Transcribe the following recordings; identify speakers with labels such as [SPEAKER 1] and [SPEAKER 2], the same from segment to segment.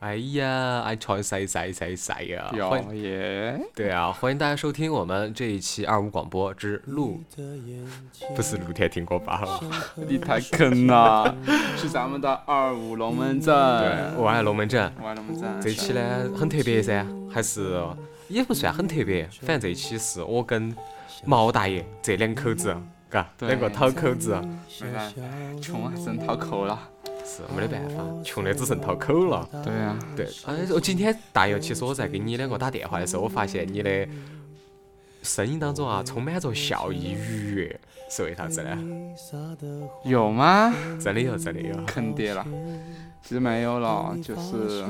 [SPEAKER 1] 哎呀，爱传晒晒晒晒呀！啊欢
[SPEAKER 2] 哟耶！
[SPEAKER 1] 对啊，欢迎大家收听我们这一期二五广播之露，不是露天听过吧？
[SPEAKER 2] 你太坑了，啊是咱们的二五龙门阵。
[SPEAKER 1] 对，我爱龙门阵。
[SPEAKER 2] 玩龙门阵。
[SPEAKER 1] 这期呢很特别噻，还是也不算很特别，反正这期是我跟毛大爷这两口子，嘎，
[SPEAKER 2] 对
[SPEAKER 1] 两个讨口子，
[SPEAKER 2] 没办，哎穷还剩讨口了。
[SPEAKER 1] 是没得办法，穷的只剩讨口了。
[SPEAKER 2] 对啊，
[SPEAKER 1] 对，哎，我今天大爷，其实我在给你两个打电话的时候，我发现你的声音当中啊，充满着笑意愉悦，是为啥子呢？
[SPEAKER 2] 有吗？
[SPEAKER 1] 真的有，真的有。
[SPEAKER 2] 坑爹了。其实没有了，就是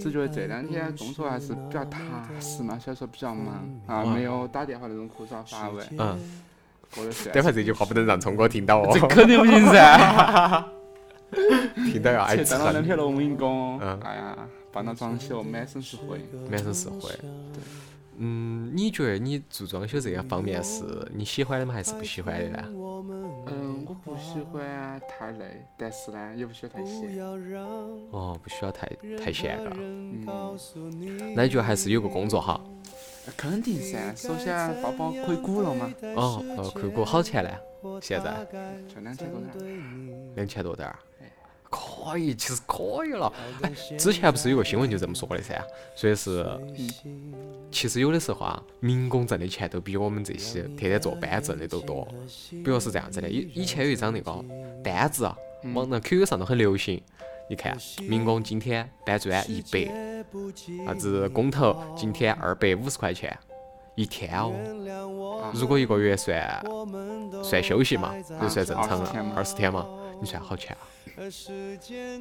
[SPEAKER 2] 只觉得这两天工作还是比较踏实嘛，虽然说比较忙啊，
[SPEAKER 1] 嗯
[SPEAKER 2] 没有打电话那种枯燥乏味。
[SPEAKER 1] 嗯，
[SPEAKER 2] 过得算
[SPEAKER 1] 等。会儿这哎句话不能让聪哥听到
[SPEAKER 2] 这
[SPEAKER 1] 哦，
[SPEAKER 2] 肯定不行 噻！
[SPEAKER 1] 听到要挨
[SPEAKER 2] 去
[SPEAKER 1] 吃
[SPEAKER 2] 当了两
[SPEAKER 1] 恨，
[SPEAKER 2] 天农民工
[SPEAKER 1] 嗯，
[SPEAKER 2] 哎呀，帮他装修，满身是灰。
[SPEAKER 1] 满身是灰。嗯，你觉得你做装修这个方面是你喜欢的吗？还是不喜欢的呢？
[SPEAKER 2] 嗯，我不喜欢啊太累，但是呢，也不喜欢太闲。
[SPEAKER 1] 哦，不需要太太闲了。
[SPEAKER 2] 嗯，
[SPEAKER 1] 那你觉得还是有个工作哈？
[SPEAKER 2] 呃肯定噻。首先，包包可以鼓了嘛，
[SPEAKER 1] 哦，呃，可以给我好钱呢？现在？
[SPEAKER 2] 就两千多点。
[SPEAKER 1] 两千多点儿，可以，其实可以了。哎，之前不是有个新闻就这么说的噻，说的是，嗯其实有的时候啊，民工挣的钱都比我们这些天天坐班挣的都多。比如是这样子的，以以前有一张那个单子啊，网上 QQ 上头很流行。你看，民工今天搬砖一百，啥子工头今天二百五十块钱一天哦。如果一个月算算休息嘛，就算正常
[SPEAKER 2] 20天嘛
[SPEAKER 1] 二十天嘛，你算好钱啊？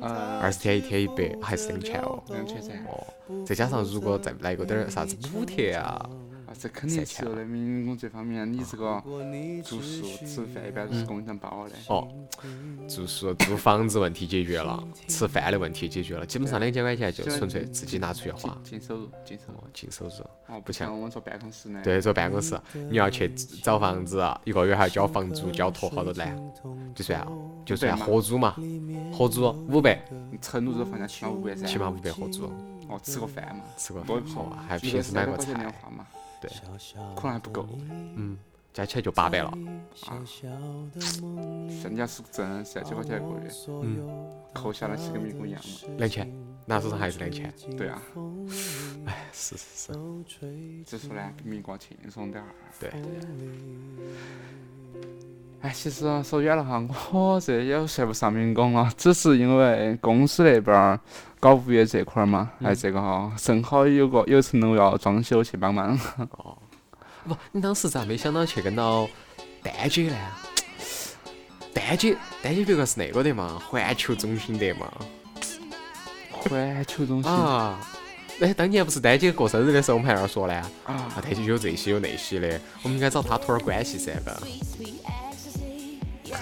[SPEAKER 2] 呃，
[SPEAKER 1] 二十天一天一百，还是两千哦。
[SPEAKER 2] 两千噻。
[SPEAKER 1] 哦，再加上如果再来个点儿啥子补贴啊，
[SPEAKER 2] 啊，这肯定是有的。民工这方面，你这个住宿、吃饭一般都
[SPEAKER 1] 嗯
[SPEAKER 2] 是工厂包的。
[SPEAKER 1] 哦，住宿、租房子问题解决了，吃饭的问题解决了，基本上两千块钱就纯粹自己拿出去花，
[SPEAKER 2] 净净收入，净收入
[SPEAKER 1] 哦。，净收入。
[SPEAKER 2] 哦，
[SPEAKER 1] 不
[SPEAKER 2] 不
[SPEAKER 1] 像
[SPEAKER 2] 像我们坐办公室呢。
[SPEAKER 1] 对，坐办公室，你要去找房子，啊一个月还要交房租、交拖，好多难。就算啊就算
[SPEAKER 2] 对嘛
[SPEAKER 1] 合租嘛，合租五百，
[SPEAKER 2] 你成都这房价起码五百噻。
[SPEAKER 1] 起码五百合租，
[SPEAKER 2] 哦，吃个饭嘛，
[SPEAKER 1] 吃个
[SPEAKER 2] 多
[SPEAKER 1] 饭好啊，还
[SPEAKER 2] 一
[SPEAKER 1] 平时买
[SPEAKER 2] 300
[SPEAKER 1] 个
[SPEAKER 2] 块钱
[SPEAKER 1] 菜
[SPEAKER 2] 零，花嘛，
[SPEAKER 1] 对，
[SPEAKER 2] 可能还不够。
[SPEAKER 1] 嗯，加起来就八百了。
[SPEAKER 2] 人啊家是挣三千块钱一个月，
[SPEAKER 1] 嗯，
[SPEAKER 2] 扣下来是跟民工一样嘛。
[SPEAKER 1] 两千，拿手上还是两千。
[SPEAKER 2] 对啊，
[SPEAKER 1] 哎，是是是，
[SPEAKER 2] 只是呢比民工要轻松点儿。
[SPEAKER 1] 对，
[SPEAKER 2] 哎，其实啊说远了哈，我这也算不上民工了，啊只是因为公司那边儿搞物业这块儿嘛，哎，这个哈，正好有个有层楼要装修去帮忙。
[SPEAKER 1] 哦，不，你当时咋没想到去跟到丹姐呢？丹姐，丹姐别个是那个的嘛，环球中心的嘛。
[SPEAKER 2] 环球中心
[SPEAKER 1] 啊， 哎，当年不是丹姐过生日的时候，我们还在那儿说呢，啊，
[SPEAKER 2] 啊，
[SPEAKER 1] 丹姐有这些有那些的，我们应该找她托点关系噻，嘎。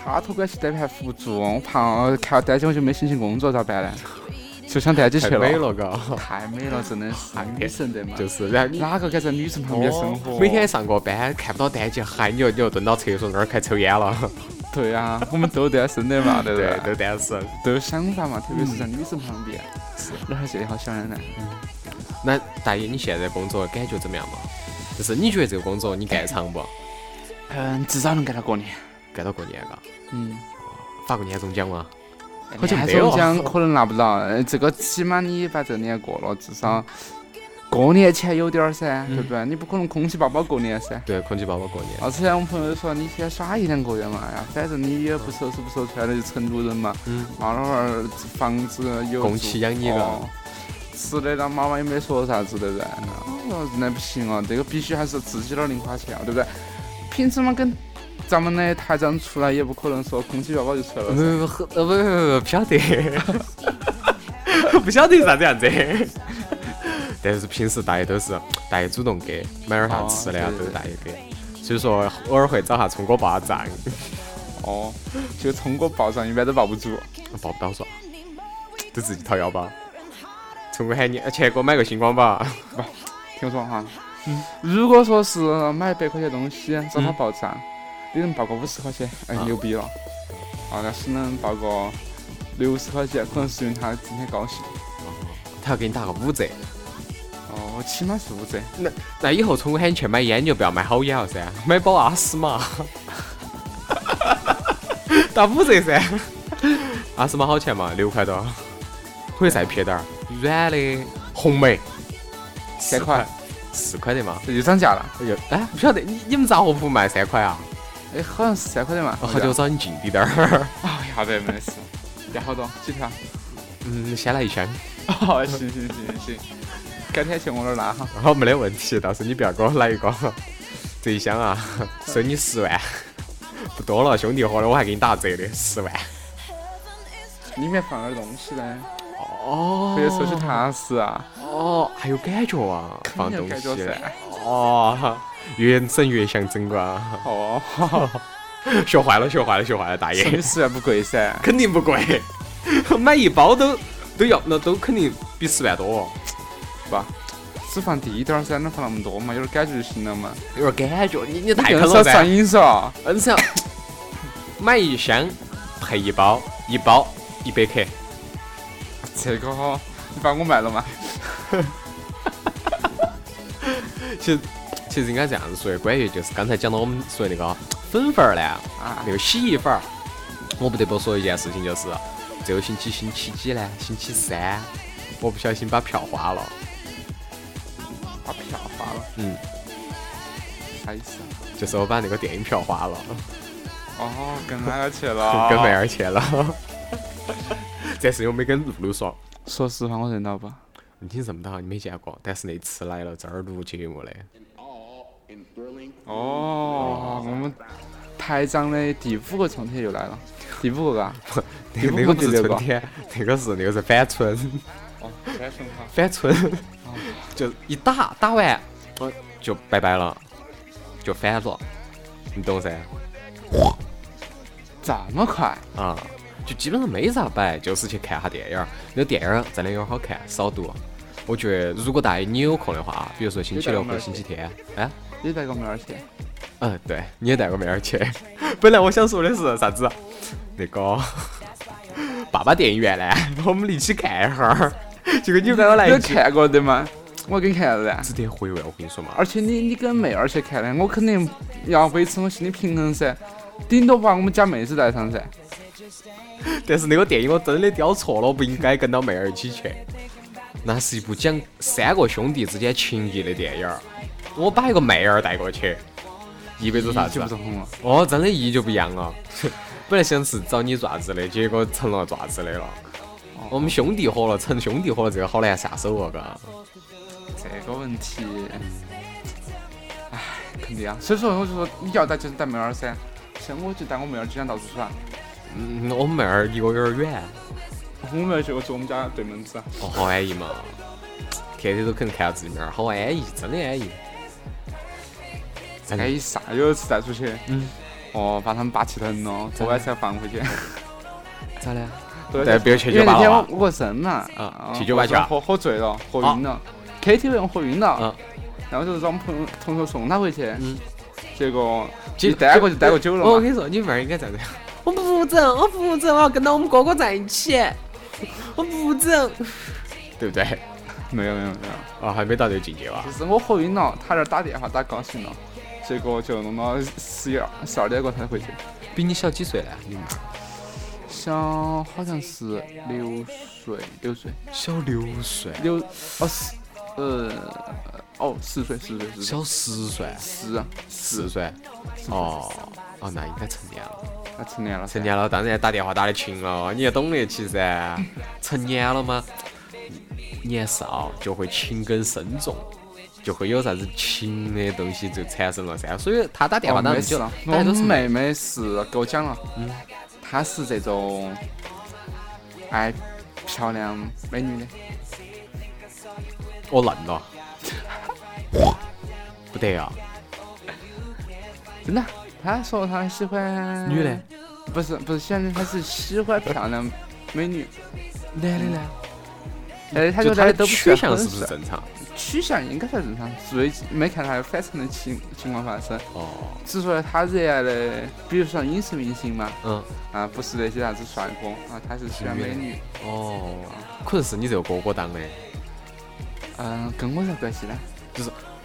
[SPEAKER 2] 他托关系单位还扶不住，我怕呃我看到单姐我就没心情工作，咋办呢？就想单姐去
[SPEAKER 1] 太美了，嘎。
[SPEAKER 2] 太美了，真的是女神的嘛，
[SPEAKER 1] 就是，然后你
[SPEAKER 2] 哪个敢在女神旁边生活？
[SPEAKER 1] 每天上个班看不到丹姐，嗨，你又你又蹲到厕所那儿开始抽烟了，
[SPEAKER 2] 对啊，我们都单身的 嘛，对不
[SPEAKER 1] 对
[SPEAKER 2] 对，？啊
[SPEAKER 1] 都单身。
[SPEAKER 2] 都有想法嘛，特别是在女生旁边，哪儿这里好想的呢？
[SPEAKER 1] 那大爷，你现在工作感觉怎么样嘛？就是你觉得这个工作你干得长不？
[SPEAKER 2] 嗯，至少能干到过年。
[SPEAKER 1] 干到过年嘎？
[SPEAKER 2] 嗯，
[SPEAKER 1] 发过年终奖吗？好像
[SPEAKER 2] 年终
[SPEAKER 1] 没有啊
[SPEAKER 2] 奖可能拿不到，呃这个起码你把这年过了，至少过年前有点儿噻，对不对？你不可能空气包包过年噻。
[SPEAKER 1] 对，空气宝宝过年。
[SPEAKER 2] 而且我朋友说你先耍一两个月嘛，哎呀，反正你也不愁吃不愁穿的，就成都人嘛，
[SPEAKER 1] 嗯，
[SPEAKER 2] 妈老汉儿房子有
[SPEAKER 1] 供
[SPEAKER 2] 住
[SPEAKER 1] 起养你
[SPEAKER 2] 哦吃的，那妈妈也没说啥子，对不对？哦，那不行哦，这个必须还是自己的零花钱哦，对不对？平时嘛，跟咱们的台长出来，也不可能说空气包包就出来
[SPEAKER 1] 不
[SPEAKER 2] 了噻。
[SPEAKER 1] 不不呃不 不不不不晓得，不晓得啥子样子。但是平时大家都是大家主动给，买点啥
[SPEAKER 2] 哦
[SPEAKER 1] 吃的啊都
[SPEAKER 2] 对对
[SPEAKER 1] 是大家给，所以说偶尔会找下葱哥报下账，
[SPEAKER 2] 哦，就通过报账一般都报不足。
[SPEAKER 1] 报不到耍，都自己掏腰包。聪哥喊你，钱给我买个星光宝，
[SPEAKER 2] 听我说哈，如果说是买一百块钱东西找他
[SPEAKER 1] 嗯
[SPEAKER 2] 报账，你能报个五十块钱，哎，
[SPEAKER 1] 啊
[SPEAKER 2] 牛逼了。啊，要是能报个六十块钱，可能是因为他今天高兴。
[SPEAKER 1] 他要给你打个五折。
[SPEAKER 2] 哦，起码是五折。
[SPEAKER 1] 那那以后聪哥喊你去买烟，你就不要买好烟了噻，买包阿斯玛， 打五折噻。阿斯玛好钱嘛，六块多，可以再撇点儿，软的红梅，
[SPEAKER 2] 三
[SPEAKER 1] 四
[SPEAKER 2] 块，
[SPEAKER 1] 四块的嘛。
[SPEAKER 2] 这就涨价了。
[SPEAKER 1] 哎呦，哎，不晓得你你们咋个不卖三块啊？
[SPEAKER 2] 哎，好像是三块钱嘛。
[SPEAKER 1] 我好久找你近滴点儿。
[SPEAKER 2] 哎呀，得没事。要好多几条？
[SPEAKER 1] 嗯，先来一箱，
[SPEAKER 2] 哦， 行行行行，改天去我那儿拿哈。
[SPEAKER 1] 好，没得问题。到时候你不要给我来一 个，这一箱啊，收你十万，不多了，兄弟伙的，我还给你打折的，十万。
[SPEAKER 2] 里面放点东西呢，
[SPEAKER 1] 哦
[SPEAKER 2] 或者收起踏实啊，
[SPEAKER 1] 哦，还有感觉啊，放东
[SPEAKER 2] 感觉
[SPEAKER 1] 西
[SPEAKER 2] 噻。
[SPEAKER 1] 哦，越整越想整瓜， 啊
[SPEAKER 2] 哦，
[SPEAKER 1] 学坏了，学坏了，学坏了，大
[SPEAKER 2] 收你
[SPEAKER 1] 爷，
[SPEAKER 2] 十万不贵噻。
[SPEAKER 1] 肯定不贵， 买一包都都要，那都肯定比十万多，
[SPEAKER 2] 是吧？只放低点儿噻，能放那么多嘛？有点感觉就行了嘛。
[SPEAKER 1] 有点感觉，你你太
[SPEAKER 2] 你
[SPEAKER 1] 坑
[SPEAKER 2] 更
[SPEAKER 1] 了
[SPEAKER 2] 少
[SPEAKER 1] 噻
[SPEAKER 2] 上，瘾嗦。
[SPEAKER 1] 嗯，想买一箱配一包，一包一百克，
[SPEAKER 2] 这个哈，你把我卖了嘛？
[SPEAKER 1] 其实其实应该这样子说的，关于就是刚才讲到我们说的那个粉粉儿呢。
[SPEAKER 2] 啊
[SPEAKER 1] 那，个洗衣粉儿，我不得不说一件事情，就是这个星期星期几呢？星期三，我不小心把票花了。
[SPEAKER 2] 把票发了，
[SPEAKER 1] 嗯，
[SPEAKER 2] 啥意思啊？
[SPEAKER 1] 就是我把那个电影票花了，
[SPEAKER 2] 哦，跟哪个去 了？
[SPEAKER 1] 跟妹。儿去了。 这事情我没跟露露说，
[SPEAKER 2] 说实话，我认到吧。
[SPEAKER 1] 你认不到，你没见过。但是那次来了这儿录节目的，
[SPEAKER 2] 哦，我们台长的第五个春天又来了，第五个啊。
[SPEAKER 1] 那个
[SPEAKER 2] 你
[SPEAKER 1] 那个
[SPEAKER 2] 不会
[SPEAKER 1] 不是
[SPEAKER 2] 这个
[SPEAKER 1] 春天，那个是那个是返春，
[SPEAKER 2] 哦，该送他。
[SPEAKER 1] 返春，就一打打完，我就拜拜了，就反了，你懂噻？
[SPEAKER 2] 这么快？
[SPEAKER 1] 啊、就基本上没咋摆，就是去看下电影儿。那电影儿真的有点好看，少读。我觉得如果大家你有空的话，比如说星期六或星期天，哎，
[SPEAKER 2] 你带个妹儿去？
[SPEAKER 1] 嗯，对，你也带个妹儿去。 本来我想说的是啥子，那个 爸爸电影院呢，我们一起看一会儿。结果你又给我来
[SPEAKER 2] 有
[SPEAKER 1] 一句，
[SPEAKER 2] 看过的吗？我给你看了噻。
[SPEAKER 1] 值得回味。我跟你说嘛，
[SPEAKER 2] 而且你你跟妹儿去看的，我肯定要维持我心理平衡噻，顶多把我们家妹子带上噻。
[SPEAKER 1] 但是那个电影我真的雕错了，我不应该跟到妹儿一起去。那是一部讲三个兄弟之间情谊的电影儿，我把一个妹儿带过去，意味着啥子
[SPEAKER 2] 就
[SPEAKER 1] 啊
[SPEAKER 2] 不？同了。
[SPEAKER 1] 哦，真的意义就不一样了。 本来想是找你爪子的，结果成了爪子的了。
[SPEAKER 2] 哦
[SPEAKER 1] 我们兄弟伙了，成兄弟伙了，这个好难下手哦，嘎。
[SPEAKER 2] 这个问题，唉，肯定啊。所以说，我就说你要带就是带妹儿噻，像我就带我妹儿经常到处耍。
[SPEAKER 1] 嗯，我们妹儿离我有点远，
[SPEAKER 2] 我妹儿就住我们家对门子啊。
[SPEAKER 1] 哦，好安逸嘛，天天都可能看到自己妹儿，好安逸，真的安逸。真的
[SPEAKER 2] 哎，一啥有一次带出去，
[SPEAKER 1] 嗯，
[SPEAKER 2] 哦，把他们霸气疼了，昨晚才放 回去。
[SPEAKER 1] 咋了？
[SPEAKER 2] 对
[SPEAKER 1] 对不要去
[SPEAKER 2] 因
[SPEAKER 1] 酒
[SPEAKER 2] 为
[SPEAKER 1] 吧
[SPEAKER 2] 那天
[SPEAKER 1] 了
[SPEAKER 2] 我
[SPEAKER 1] 啊
[SPEAKER 2] 我过生嘛，
[SPEAKER 1] 啊
[SPEAKER 2] 啊
[SPEAKER 1] 去酒吧去啊
[SPEAKER 2] 喝喝醉了，喝晕了，KTV 我喝晕了
[SPEAKER 1] 啊，
[SPEAKER 2] 然后就是让我们朋友同学送他回去
[SPEAKER 1] 嗯，
[SPEAKER 2] 结果
[SPEAKER 1] 其
[SPEAKER 2] 一
[SPEAKER 1] 实
[SPEAKER 2] 待过就待过久
[SPEAKER 1] 哦我
[SPEAKER 2] 了
[SPEAKER 1] 跟
[SPEAKER 2] 嘛，
[SPEAKER 1] 你说，你妹儿应该这样子。我不整，我不整，我要跟到我们哥哥在一起。我不整，对不对？
[SPEAKER 2] 没有没有没有，
[SPEAKER 1] 啊，还没到这个境界吧
[SPEAKER 2] 就？是我喝晕了，他在那儿打电话打高兴了，结果就弄到十一二十二点过才回去，
[SPEAKER 1] 比你小几岁呢？你妹儿
[SPEAKER 2] 小好像是六岁六岁
[SPEAKER 1] 小六岁，
[SPEAKER 2] 六哦十呃哦四岁四岁四岁啊
[SPEAKER 1] 小十岁，
[SPEAKER 2] 十
[SPEAKER 1] 四岁。哦，哦，那应该成年了。
[SPEAKER 2] 他啊成年了噻
[SPEAKER 1] 成年了，当然打电话打得勤了，你也懂得起噻。成年了嘛，年少就会情根深重。就会有啥子情的东西就产生了噻，所以他打电话
[SPEAKER 2] 哦
[SPEAKER 1] 当
[SPEAKER 2] 没
[SPEAKER 1] 时就
[SPEAKER 2] 事啊，
[SPEAKER 1] 大家
[SPEAKER 2] 我
[SPEAKER 1] 都是
[SPEAKER 2] 妹妹是给我讲了，
[SPEAKER 1] 嗯
[SPEAKER 2] 她是这种爱漂亮美女的，
[SPEAKER 1] 我愣了， 不得啊！
[SPEAKER 2] 真的，他说他喜欢
[SPEAKER 1] 女的，
[SPEAKER 2] 不是不是喜欢女，他是喜欢漂亮美女，
[SPEAKER 1] 男的呢？
[SPEAKER 2] 哎，他
[SPEAKER 1] 就
[SPEAKER 2] 觉
[SPEAKER 1] 他
[SPEAKER 2] 得
[SPEAKER 1] 的
[SPEAKER 2] 都不需
[SPEAKER 1] 取
[SPEAKER 2] 要
[SPEAKER 1] 向
[SPEAKER 2] 很
[SPEAKER 1] 是不是
[SPEAKER 2] 帅
[SPEAKER 1] 正常？
[SPEAKER 2] 取向应该算正常，最近没看到有反常的情情况发生。
[SPEAKER 1] 哦，
[SPEAKER 2] 只说他热爱的，比如说影视明星嘛，
[SPEAKER 1] 嗯，
[SPEAKER 2] 啊，不是那些啥子帅哥啊，他是喜欢美女，
[SPEAKER 1] 哦，可能是你这个哥哥当的，
[SPEAKER 2] 嗯、跟我啥关系呢？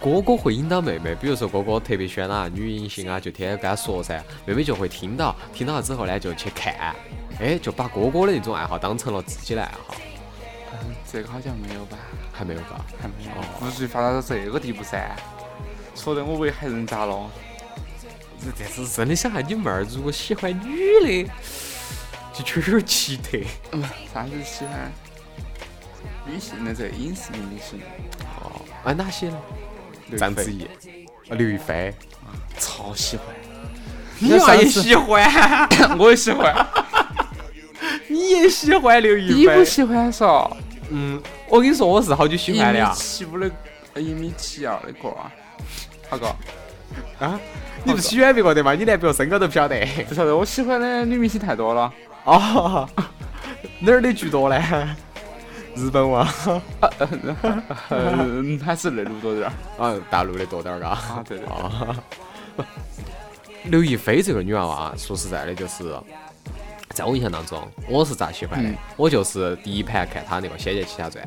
[SPEAKER 1] 哥哥会引导妹妹，比如说哥哥特别喜欢哪个女影星啊，就天天跟她说噻，妹妹就会听到，听到了之后呢，就去看，哎，就把哥哥的那种爱好当成了自己的爱好，
[SPEAKER 2] 嗯、这个好像没有吧，
[SPEAKER 1] 还没有嘎。
[SPEAKER 2] 还没有
[SPEAKER 1] 哦，
[SPEAKER 2] 不至于发展到这个地步噻。说的我为害人渣了，
[SPEAKER 1] 这但是真的想喊你妹儿，如果喜欢女的，就确实有点奇特。
[SPEAKER 2] 嗯，啥子喜欢女性的这个影视明星，
[SPEAKER 1] 哦，啊哪些呢？
[SPEAKER 2] 刘亦
[SPEAKER 1] 章子
[SPEAKER 2] 菲
[SPEAKER 1] 怡、啊刘亦菲，
[SPEAKER 3] 超喜欢。
[SPEAKER 1] 你娃也喜欢，
[SPEAKER 2] 我也喜欢，
[SPEAKER 1] 你也喜欢刘亦
[SPEAKER 2] 你不
[SPEAKER 1] 菲？
[SPEAKER 2] 喜欢嗦？
[SPEAKER 1] 嗯，我跟你说，我是好久喜欢的
[SPEAKER 2] 一
[SPEAKER 1] 呀
[SPEAKER 2] 米。七五的，呃一米七二的个啊，好高。
[SPEAKER 1] 啊，你不喜欢别个的吗？你连别个身高都不晓 得。
[SPEAKER 2] 不晓得，我喜欢的女明星太多 了。
[SPEAKER 1] 哦，哪儿的居多呢？ 日本哇，
[SPEAKER 2] 嗯，还是内陆多点儿。
[SPEAKER 1] 啊，大陆的多点儿嘎。
[SPEAKER 2] 啊，对对，
[SPEAKER 1] 啊， 刘亦菲这个女娃娃，说实在的，就是在我印象当中，我是咋喜欢的？
[SPEAKER 2] 嗯
[SPEAKER 1] 我就是第一盘看她那个《仙剑奇侠传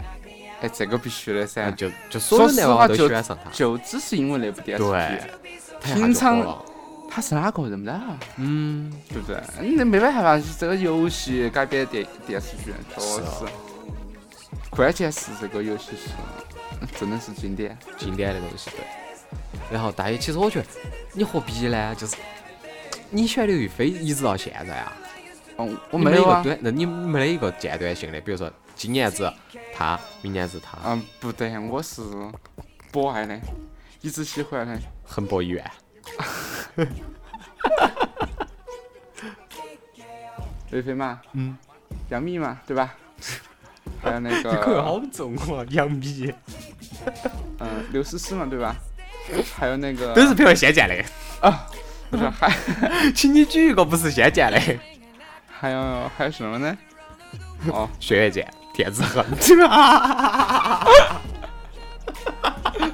[SPEAKER 2] 哎，这个必须的》噻。
[SPEAKER 1] 啊就就所有
[SPEAKER 2] 说
[SPEAKER 1] 男
[SPEAKER 2] 实
[SPEAKER 1] 娃娃
[SPEAKER 2] 话，
[SPEAKER 1] 都
[SPEAKER 2] 就
[SPEAKER 1] 喜欢上她。
[SPEAKER 2] 就只是因为那部电视
[SPEAKER 1] 对
[SPEAKER 2] 剧，，
[SPEAKER 1] 她一下就
[SPEAKER 2] 平常
[SPEAKER 1] 火了
[SPEAKER 2] 他是哪个认不到，啊
[SPEAKER 1] 嗯，
[SPEAKER 2] 对不对？那没办法嘛，这个游戏改编电电视剧，确
[SPEAKER 1] 是
[SPEAKER 2] 实
[SPEAKER 1] 啊。
[SPEAKER 2] 关键是这个游戏是嗯真的是经典，
[SPEAKER 1] 经典的东西，对。然后，但也其实我觉得你何必呢？就是你喜欢刘亦菲一直到现在啊，
[SPEAKER 2] 嗯，我
[SPEAKER 1] 你
[SPEAKER 2] 没
[SPEAKER 1] 一
[SPEAKER 2] 有
[SPEAKER 1] 个
[SPEAKER 2] 啊，
[SPEAKER 1] 端，那你没得一个间断性的，比如说今年子他，明年子他，
[SPEAKER 2] 嗯，不对，我是博爱的，一直喜欢的，
[SPEAKER 1] 横博一院。
[SPEAKER 2] 刘亦菲嘛，
[SPEAKER 1] 嗯，
[SPEAKER 2] 杨幂嘛，对吧？还有那个，
[SPEAKER 1] 重哦，杨幂
[SPEAKER 2] 嗯，刘诗诗嘛，对吧？ 还有那 个
[SPEAKER 1] 都是配合《仙剑》的，
[SPEAKER 2] 啊，不是还
[SPEAKER 1] 请你举一个不是《仙剑》的， 《
[SPEAKER 2] 还有还有什么呢？ 哦，呃
[SPEAKER 1] 轩辕剑》《天之痕》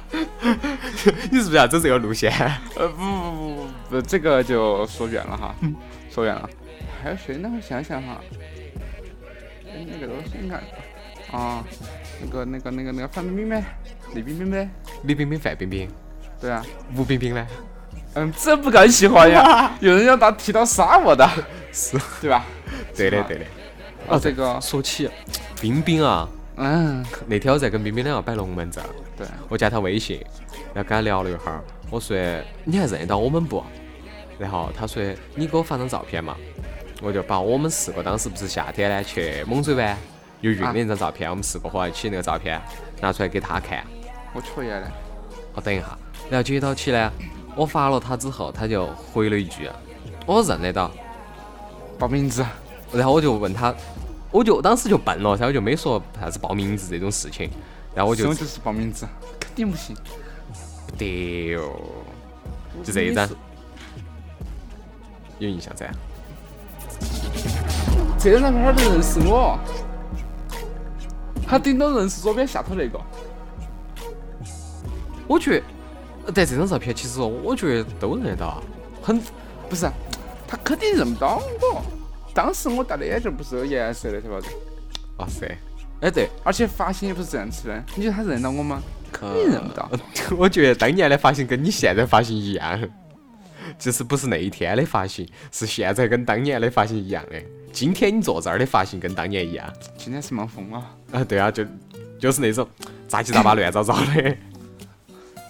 [SPEAKER 1] 你是不是要走这个路线？
[SPEAKER 2] 呃，不不不不不，这个就说远了哈，
[SPEAKER 1] 嗯
[SPEAKER 2] 说远了。还有谁呢？我想想哈，哎那个东西应该啊，那个那个那个那个范冰冰呗，李冰冰呗，
[SPEAKER 1] 李冰冰、范冰冰、
[SPEAKER 2] 对啊，
[SPEAKER 1] 吴冰冰呢？
[SPEAKER 2] 嗯，这不敢喜欢 呀，有人要拿提刀杀我的，
[SPEAKER 1] 是，
[SPEAKER 2] 对吧？
[SPEAKER 1] 对的
[SPEAKER 2] 是吧，
[SPEAKER 1] 对的。
[SPEAKER 2] 啊，这个，
[SPEAKER 1] 说起冰冰啊，
[SPEAKER 2] 嗯，
[SPEAKER 1] 那天我在跟冰冰两个摆龙门阵，
[SPEAKER 2] 对，
[SPEAKER 1] 我加她微信，然后跟她聊了一会儿，我说你还认得到我们不？然后她说你给我发张照片嘛，我就把我们四个当时不是夏天呢去猛水湾游泳的那张照片，我们四个伙一起那个照片拿出来给她看。
[SPEAKER 2] 我抽烟了，
[SPEAKER 1] 我等一下，然后接到起呢，我发了她之后，她就回了一句我认得到，
[SPEAKER 2] 报名字，
[SPEAKER 1] 然后我就问他，我就当时就笨了噻，我就没说啥子报名字这种事情，然后我
[SPEAKER 2] 这
[SPEAKER 1] 就
[SPEAKER 2] 种就是报名字，肯定不行。
[SPEAKER 1] 不得哟，就这一张，有印象噻。
[SPEAKER 2] 这张牌儿都认识我，他顶多认识左边下头那个。
[SPEAKER 1] 我觉得，但这张照片其实哦我觉得都认得到，很
[SPEAKER 2] 不是，啊他肯定认不到我。当时我戴的眼镜不是有颜色的，对吧？
[SPEAKER 1] 哇塞，哎对，
[SPEAKER 2] 而且发型也不是这样子的，你觉得他认到我吗？肯定认 不到。
[SPEAKER 1] 呃我觉得当年的发型跟你现在发型一样，就是不是那一天的发型，是现在跟当年的发型一样的。今天你坐这儿的发型跟当年一样。
[SPEAKER 2] 今天是盲风啊，
[SPEAKER 1] 啊，对啊，就就是那种杂七杂八、乱糟糟 的。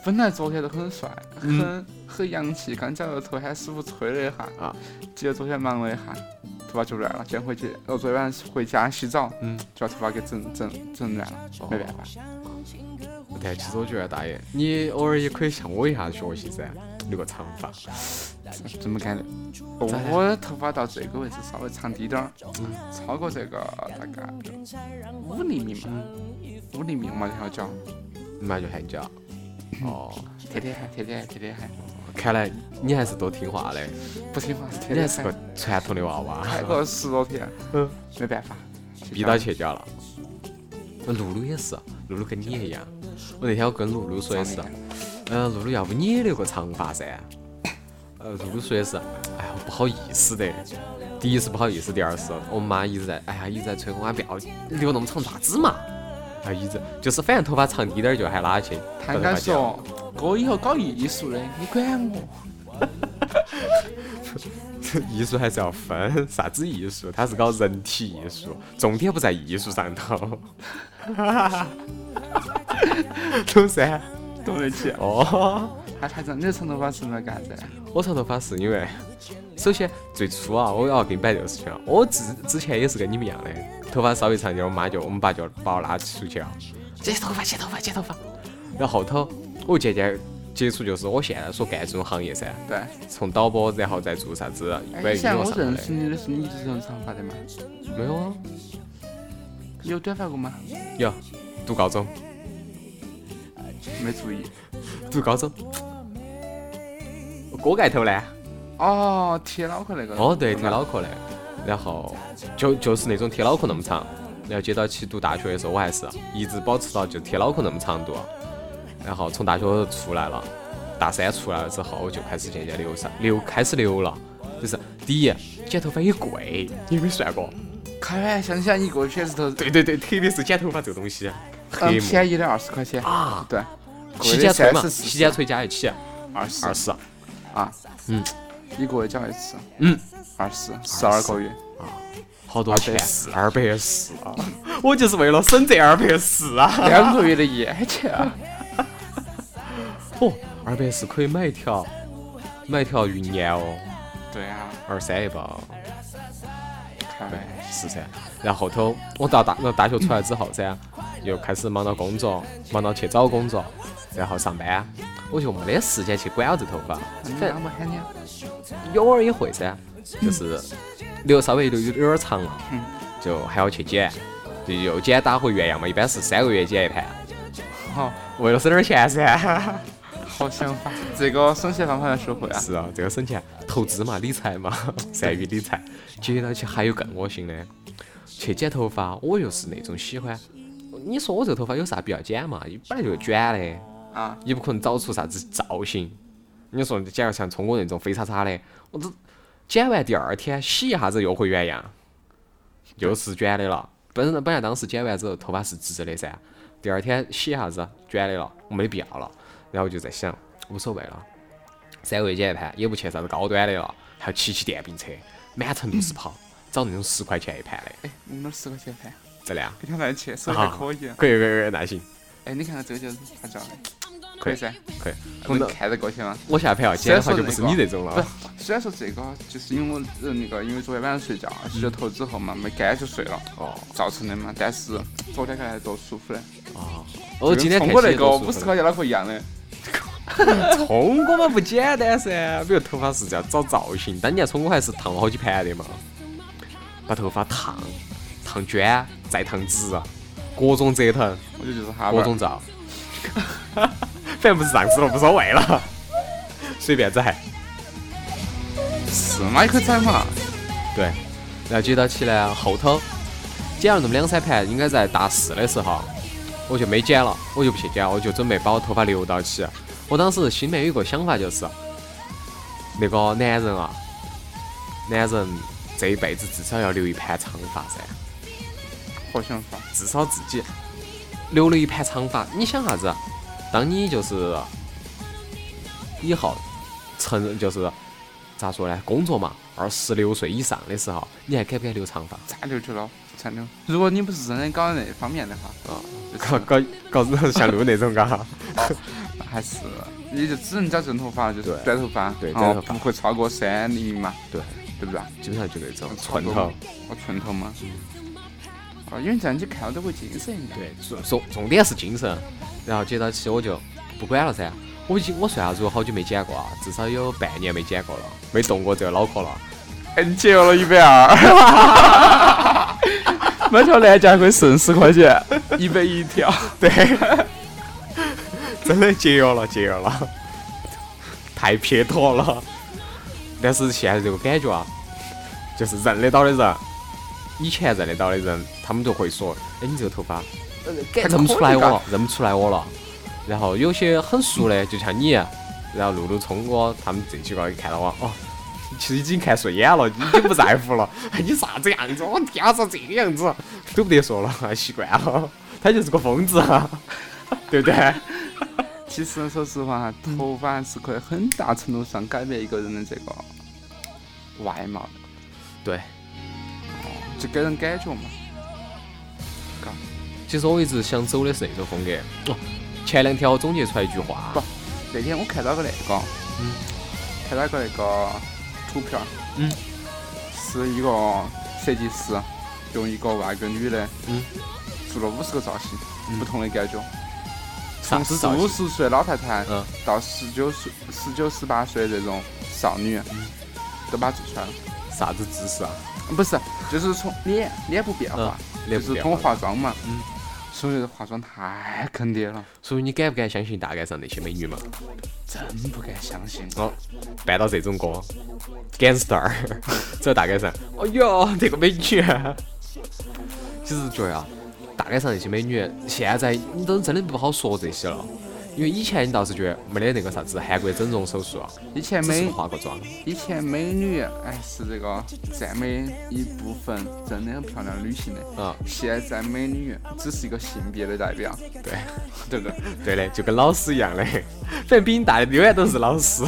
[SPEAKER 2] 本来昨天都很帅，很、
[SPEAKER 1] 嗯
[SPEAKER 2] 很洋气，刚剪了头还师傅吹了一下
[SPEAKER 1] 啊，
[SPEAKER 2] 结果昨天忙了一下，头发就乱了。今天回去，我昨天晚上回家洗澡，
[SPEAKER 1] 嗯，
[SPEAKER 2] 就把头发给整整整乱了，没办法。
[SPEAKER 1] 但啊其实我觉得大爷，你偶尔也可以向我一下学习噻，留个长发。
[SPEAKER 2] 怎么干的？
[SPEAKER 1] 哦
[SPEAKER 2] 我的头发到这个位置稍微长低点儿，
[SPEAKER 1] 嗯
[SPEAKER 2] 超过这个大概五厘米嘛，五厘米嘛，这条脚，
[SPEAKER 1] 麻雀喊叫。哦，
[SPEAKER 2] 天天喊，天天喊，天天喊，
[SPEAKER 1] 看来你还是多听话的，
[SPEAKER 2] 不听话是天
[SPEAKER 1] 你还
[SPEAKER 2] 天
[SPEAKER 1] 是
[SPEAKER 2] 喊
[SPEAKER 1] 个。传统的娃娃，
[SPEAKER 2] 快过十多天，嗯，没办法，
[SPEAKER 1] 逼到切角了。呃露露也是，露露跟你也一样。我那天我跟露露说的是，嗯、露露要不你也留个长发噻？呃，露露说的是，哎呀，我不好意思的。第一是不好意思，第二是我妈一直在，哎呀，一直在催我妈不要留那么长爪子嘛。啊，一直就是反正头发长滴点儿就还拉去。
[SPEAKER 2] 他应该说，我以后搞艺术的，你管我？
[SPEAKER 1] 艺术还是要分啥子艺术，它是搞人体艺术，重点不在艺术上头， 懂噻？
[SPEAKER 2] 懂得起。
[SPEAKER 1] 哦，
[SPEAKER 2] 他他真的长头发是来干啥子？
[SPEAKER 1] 我长头发是因为，首先最初啊，我要给你摆这个事情啊，我之之前也是跟你们一样的，头发稍微长点，我妈就我们爸就把我拉出去了，剪头发，剪头发，剪头发，然后后头我渐渐接触就是我现在所干这种行业噻，
[SPEAKER 2] 对，
[SPEAKER 1] 从导播然后再做啥子
[SPEAKER 2] 哎，
[SPEAKER 1] 关于音
[SPEAKER 2] 像
[SPEAKER 1] 乐
[SPEAKER 2] 我
[SPEAKER 1] 上头
[SPEAKER 2] 认
[SPEAKER 1] 的，
[SPEAKER 2] 识你的时候，你一直是长发的嘛？
[SPEAKER 1] 没有啊。
[SPEAKER 2] 有短发过吗？
[SPEAKER 1] 有，读高中，
[SPEAKER 2] 没注意。
[SPEAKER 1] 读高中，锅盖头呢？
[SPEAKER 2] 哦，贴脑壳那个。
[SPEAKER 1] 哦，对，贴脑壳的，然后就就是那种贴脑壳那么长，然后接到起读大学的时候，我还是一直保持到就贴脑壳那么长度，然后从大学出来了，大三出来了之后，我就开始渐渐留上留开始留了，就是第一剪头发也贵，你有没有算过？
[SPEAKER 2] 开玩笑，你想一个月是头，
[SPEAKER 1] 对对对，特别是剪头发这个东西，
[SPEAKER 2] 嗯
[SPEAKER 1] 黑，幕
[SPEAKER 2] 便宜的二十块钱，
[SPEAKER 1] 啊，
[SPEAKER 2] 对，
[SPEAKER 1] 洗
[SPEAKER 2] 贵
[SPEAKER 1] 剪
[SPEAKER 2] 的
[SPEAKER 1] 吹
[SPEAKER 2] 三
[SPEAKER 1] 嘛，
[SPEAKER 2] 十
[SPEAKER 1] 洗
[SPEAKER 2] 四
[SPEAKER 1] 剪吹加一起
[SPEAKER 2] 二十
[SPEAKER 1] 二十。
[SPEAKER 2] 啊，
[SPEAKER 1] 嗯，
[SPEAKER 2] 一个月交一次，
[SPEAKER 1] 嗯，
[SPEAKER 2] 二十十二个月，
[SPEAKER 1] 好多
[SPEAKER 2] 240
[SPEAKER 1] 钱？二百四啊！ 我就是为了省这二百四啊！
[SPEAKER 2] 两个月的烟钱啊，
[SPEAKER 1] 哦，二百四可以买一条，买一条云烟哦，
[SPEAKER 2] 对啊，
[SPEAKER 1] 二三一包，对
[SPEAKER 2] 开玩笑，，
[SPEAKER 1] 是噻。然后后头我到大我大学出来之后噻，又开始忙到工作，忙到去找工作，然后上班，我就没得时间去管我这头发，
[SPEAKER 2] 你
[SPEAKER 1] 反
[SPEAKER 2] 啷么喊你啊？
[SPEAKER 1] 偶尔也会噻，就是留稍微留有点儿长了
[SPEAKER 2] 嗯，
[SPEAKER 1] 就还要去剪，就又剪打回原样嘛，一般是三个月剪一盘，
[SPEAKER 2] 好，
[SPEAKER 1] 为了省点儿钱噻。
[SPEAKER 2] 好想法，这个省钱方法要学会啊，
[SPEAKER 1] 是啊，这个省钱，投资嘛，理财嘛， 善于理财。接到起还有更恶心的，去剪头发，我又是那种喜欢。你说我这个头发有啥必要剪嘛？本来就是卷的，
[SPEAKER 2] 啊，
[SPEAKER 1] 也不可能找出啥子造型。你说剪个像聪哥那种飞叉叉的，我这剪完第二天洗一下子又回原样，又是卷的了。本本来当时剪完之后头发是直的噻，第二天洗一下子卷的了，我没得必要了。然后我就在想，无所谓了，三块钱一盘，也不去啥子高端的了，还要骑起电瓶车满城都是跑，找那种十块钱一盘的，
[SPEAKER 2] 哎，我们那儿十块钱盘，
[SPEAKER 1] 真的啊。
[SPEAKER 2] 跟他在一起，手还可以啊，
[SPEAKER 1] 可以可以可以，那行，
[SPEAKER 2] 哎，你看看这个就是他叫的，
[SPEAKER 1] 可
[SPEAKER 2] 可
[SPEAKER 1] 以
[SPEAKER 2] 以噻，
[SPEAKER 1] 可以。我
[SPEAKER 2] 能
[SPEAKER 1] 那
[SPEAKER 2] 看得过去吗？
[SPEAKER 1] 我下盘要剪的话就不是你这种了。
[SPEAKER 2] 虽然说这个就是因为我呃那个，因为昨天晚上睡觉啊洗了头之后嘛，没干就睡了，
[SPEAKER 1] 嗯哦
[SPEAKER 2] 造成的嘛。但是昨天看来多舒服嘞，
[SPEAKER 1] 哦，我今天
[SPEAKER 2] 通
[SPEAKER 1] 看
[SPEAKER 2] 过
[SPEAKER 1] 起
[SPEAKER 2] 那
[SPEAKER 1] 来
[SPEAKER 2] 个
[SPEAKER 1] 多舒
[SPEAKER 2] 五十
[SPEAKER 1] 服
[SPEAKER 2] 块钱脑壳一样的，
[SPEAKER 1] 聪哥嘛不简单噻，比如头发是这样找造型，当年聪哥还是烫了好几盘的嘛，把头发烫、烫卷、再烫直，啊各种折腾，
[SPEAKER 2] 我就就是哈
[SPEAKER 1] 各
[SPEAKER 2] 巴
[SPEAKER 1] 种
[SPEAKER 2] 儿。
[SPEAKER 1] 造， 反正不是上次了，无所谓了，随便宰。
[SPEAKER 2] 是嘛，也可以整嘛。
[SPEAKER 1] 对，然后接到起呢，后头剪了那么两三盘，应该在大四的时候，我就没剪了，我就不去剪，我就准备把我头发留到起。我当时心里面有一个想法，就是那个男人啊，男人这一辈子至少要留一盘长发噻，
[SPEAKER 2] 好想法，
[SPEAKER 1] 至少自己留了一盘长发。你想啥子？当你就是以后成人，就是咋说呢？工作嘛，二十六岁以上的时候，你还敢不敢留长发？
[SPEAKER 2] 咋留就了，咋留。如果你不是真的搞那方面的话，
[SPEAKER 1] 啊，
[SPEAKER 2] 就是
[SPEAKER 1] 搞搞搞像路那种啊嘎，
[SPEAKER 2] 还是你就只能剪正头发了，就是
[SPEAKER 1] 对
[SPEAKER 2] 短头发，
[SPEAKER 1] 对
[SPEAKER 2] 然后
[SPEAKER 1] 短头发
[SPEAKER 2] 不会超过三厘米嘛，
[SPEAKER 1] 对，
[SPEAKER 2] 对不对？
[SPEAKER 1] 基本上就那种
[SPEAKER 2] 差不
[SPEAKER 1] 寸
[SPEAKER 2] 多
[SPEAKER 1] 头。，
[SPEAKER 2] 哦，寸头嘛。哦，因为这样你看到都会精神一
[SPEAKER 1] 嗯
[SPEAKER 2] 点。
[SPEAKER 1] 对，重重重点是精神。然后接到起我就不管了噻，我已经我算下子我好久没剪过啊，至少有半年没剪过了，没动过这个脑壳了。
[SPEAKER 2] 哎，你节约了一百二， 每条南价可以剩十块钱，一百一条。
[SPEAKER 1] 对，真的节约了，节约了，太撇脱了。但是现在这个感觉啊，就是认得到的人，以前认得到的人，他们就会说：“哎，你这个头发
[SPEAKER 2] 感
[SPEAKER 1] 认不
[SPEAKER 2] 觉
[SPEAKER 1] 出来
[SPEAKER 2] 可以
[SPEAKER 1] 我
[SPEAKER 2] 干
[SPEAKER 1] 了，认不出来我了。”然后有些很熟的，就像你，然后露露、聪哥他们这几个一看到我，哦，其实已经看顺眼了，已经不在乎了。 你啥子样子？我天啊，咋这个样子？都不得说了，哎习惯了。他就是个疯子、 啊，对不对？
[SPEAKER 2] 其实说实话，头发还是可以很大程度上改变一个人的这个外貌的，
[SPEAKER 1] 对。
[SPEAKER 2] 就给人感觉嘛。
[SPEAKER 1] 其实我一直想走的是那种风格。哦，前两天我总结出来一句话
[SPEAKER 2] 不，那天我看到个那个，
[SPEAKER 1] 嗯，
[SPEAKER 2] 看到个那个图片儿，
[SPEAKER 1] 嗯，
[SPEAKER 2] 是一个设计师用一个外国女的，
[SPEAKER 1] 嗯，
[SPEAKER 2] 做了五十个造型，
[SPEAKER 1] 嗯
[SPEAKER 2] 不同的感觉，
[SPEAKER 1] 啥
[SPEAKER 2] 从
[SPEAKER 1] 子
[SPEAKER 2] 四
[SPEAKER 1] 造
[SPEAKER 2] 五
[SPEAKER 1] 型？
[SPEAKER 2] 十岁老太太
[SPEAKER 1] 嗯，
[SPEAKER 2] 到十九岁、十九十八岁这种少女，
[SPEAKER 1] 嗯
[SPEAKER 2] 都把它做出来了。
[SPEAKER 1] 啥子姿势啊？
[SPEAKER 2] 不是，就是从脸脸部变化，
[SPEAKER 1] 脸部
[SPEAKER 2] 就是
[SPEAKER 1] 变
[SPEAKER 2] 通过
[SPEAKER 1] 化。
[SPEAKER 2] 化妆嘛。
[SPEAKER 1] 嗯。
[SPEAKER 2] 所以化妆太坑爹了，
[SPEAKER 1] 所以你敢不敢相信大街上那些美女嘛？
[SPEAKER 2] 真不敢相信。
[SPEAKER 1] 哦，扮到这种歌，gangster，走 大街上，哎呦，这个美女，啊其实觉得啊，大街上那些美女，啊现在你都真的不好说这些了。因为以前你倒是觉得没得那个啥子韩国整容手术啊，
[SPEAKER 2] 以前
[SPEAKER 1] 只是
[SPEAKER 2] 美
[SPEAKER 1] 化个妆，
[SPEAKER 2] 以前美女哎是这个占美一部分真的很漂亮的女性的，
[SPEAKER 1] 啊、
[SPEAKER 2] 现在美女只是一个性别的代 表，
[SPEAKER 1] 对。
[SPEAKER 2] 对不对？
[SPEAKER 1] 对的，就跟老师一样的， 反正比你大的永远都是老师。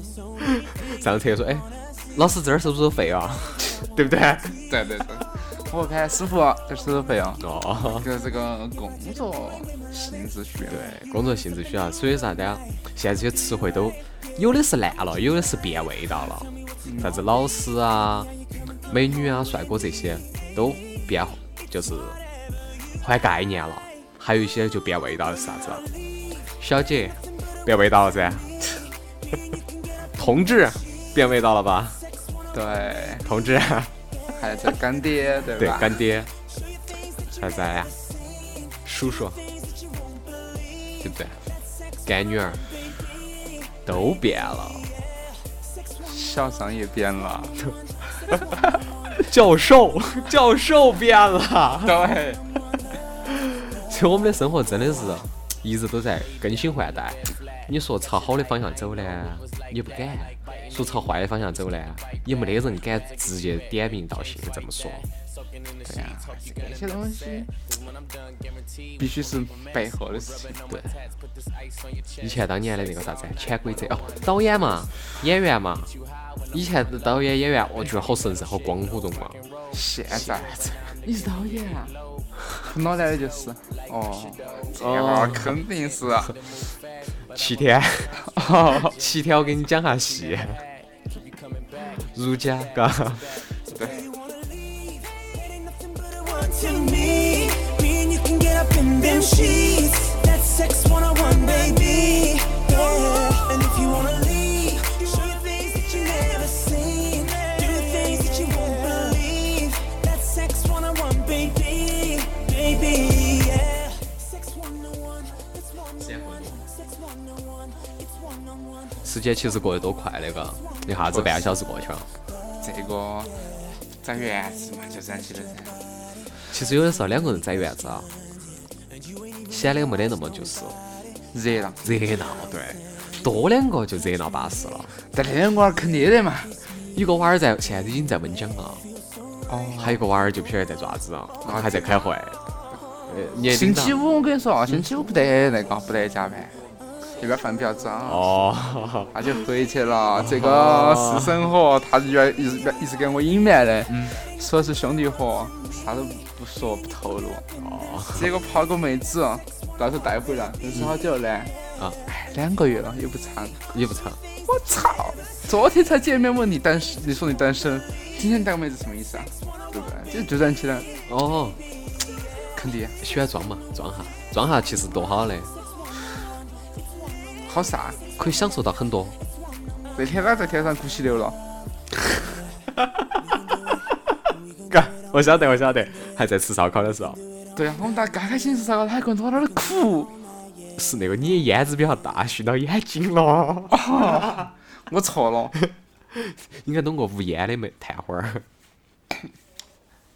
[SPEAKER 1] 上厕所，哎，老师这儿收不收费啊？对不对？
[SPEAKER 2] 对对对。我看师傅这收费啊，
[SPEAKER 1] 哦，
[SPEAKER 2] 跟这个工作性质学的。
[SPEAKER 1] 对，工作性质需要，所以啥子啊？现在这些词汇都有的是烂了，有的是变味道了，啥子老师啊、美女啊、帅哥这些都变，就是换概念了。还有一些就变味道是啥子啊？小姐，变味道了噻。 同志，变味道了吧？
[SPEAKER 2] 对，
[SPEAKER 1] 同志，
[SPEAKER 2] 还有这干爹，对
[SPEAKER 1] 对
[SPEAKER 2] 吧？
[SPEAKER 1] 干爹，还在呀，叔叔，对不对？干女儿都变了，
[SPEAKER 2] 校长也变 了。
[SPEAKER 1] 教 授，教授变了，
[SPEAKER 2] 对，
[SPEAKER 1] 所以我们的生活真的是一直都在更新换代。你说朝好的方向走呢，也不敢；说朝坏的方向走呢，也没得人敢直接点名道姓的这么说。
[SPEAKER 2] 对呀、这些东西必须是背后的事情。
[SPEAKER 1] 对，以前当年的那个啥子潜规则哦，导演嘛，演员嘛，以前的导演演员，我觉得好神圣，好光辉荣嘛。
[SPEAKER 2] 现在你是导演啊？很啊脑袋的就是，哦，这
[SPEAKER 1] 哦
[SPEAKER 2] 个肯定是，啊
[SPEAKER 1] 七 天，哦七天我给你讲下戏。儒家，嘎，
[SPEAKER 4] to me. Me and you can get up in them sheets. That's sex 101, baby. Yeah. And if you wanna leave, show you things that you never seen. Do things that you won't believe. That's sex 101, baby. Baby, yeah. Sex 101, it's 101. Sex 101, it's 101.
[SPEAKER 1] 时间其实过得多快那个，一下子半个小时过去了。
[SPEAKER 2] 这个长园子嘛，就这样起的噻。
[SPEAKER 1] 其实有的时候两个人在院子啊，显得没得那么就是
[SPEAKER 2] 热闹，
[SPEAKER 1] 热闹，对，多两个就热闹巴适了。
[SPEAKER 2] 但那两个娃儿坑爹的嘛。
[SPEAKER 1] 一个娃儿在现在已经在温江了。
[SPEAKER 2] 哦，
[SPEAKER 1] 还有一个娃儿就不晓得在做啥子啊，还在开会。呃，年
[SPEAKER 2] 星
[SPEAKER 1] 龄
[SPEAKER 2] 期
[SPEAKER 1] 大
[SPEAKER 2] 五我跟你说啊，星期五不得那个，不得加班，那边饭比较早。
[SPEAKER 1] 哦，
[SPEAKER 2] 他就回去
[SPEAKER 1] 啊
[SPEAKER 2] 了。这个私生活，他原一直一直给我隐瞒的，
[SPEAKER 1] 嗯
[SPEAKER 2] 说是兄弟伙，啥都不说不透露。
[SPEAKER 1] 哦，
[SPEAKER 2] 结果泡个妹子，到时候带回来，认识好久了呢？
[SPEAKER 1] 啊
[SPEAKER 2] 哎，两个月了，也不长。
[SPEAKER 1] 也不长，
[SPEAKER 2] 我操，昨天才见面问你单身，你说你单身，今天带个妹子什么意思啊？对不对？就就站起来，
[SPEAKER 1] 哦，
[SPEAKER 2] 坑爹，
[SPEAKER 1] 喜欢装嘛，装下，装下其实多好嘞，
[SPEAKER 2] 好傻。
[SPEAKER 1] 可以享受到很多。
[SPEAKER 2] 那天他在天上哭稀流了，
[SPEAKER 1] 嘎，我晓得，我晓得，还在吃烧烤的时候，
[SPEAKER 2] 啊对呀、我们大家开开心心烧烤，他还跟我在那儿哭。
[SPEAKER 1] 是那个你的烟子比较大，熏到眼睛了。
[SPEAKER 2] 我错了，
[SPEAKER 1] 应该懂个无烟的没炭花儿。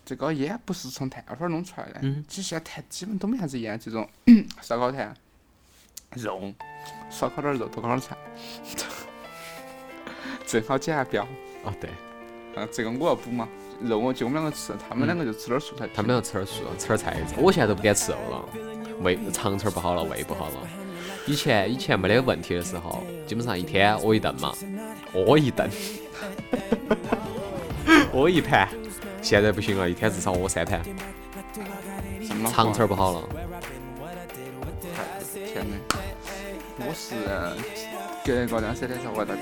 [SPEAKER 2] 这个烟不是从炭火弄出来的，
[SPEAKER 1] 嗯
[SPEAKER 2] 其实现在炭基本都没啥子烟，这种烧烤炭，肉，少烤点肉，多烤点菜， 正好减下膘。
[SPEAKER 1] 哦，对，
[SPEAKER 2] 啊，这个我要补嘛，肉我就我们两个吃，他们两个就吃点蔬菜。
[SPEAKER 1] 他们两个吃点素，吃点菜叶子。我现在都不敢吃肉了，胃肠肠不好了，胃不好了。以前以前没得问题的时候，基本上一天我一顿嘛，我一顿， 我一盘。现在不行了，一天至少我三盘，
[SPEAKER 2] 这么
[SPEAKER 1] 肠
[SPEAKER 2] 吃
[SPEAKER 1] 肠不好了。
[SPEAKER 2] 天呐，我是隔个两三天才回来的。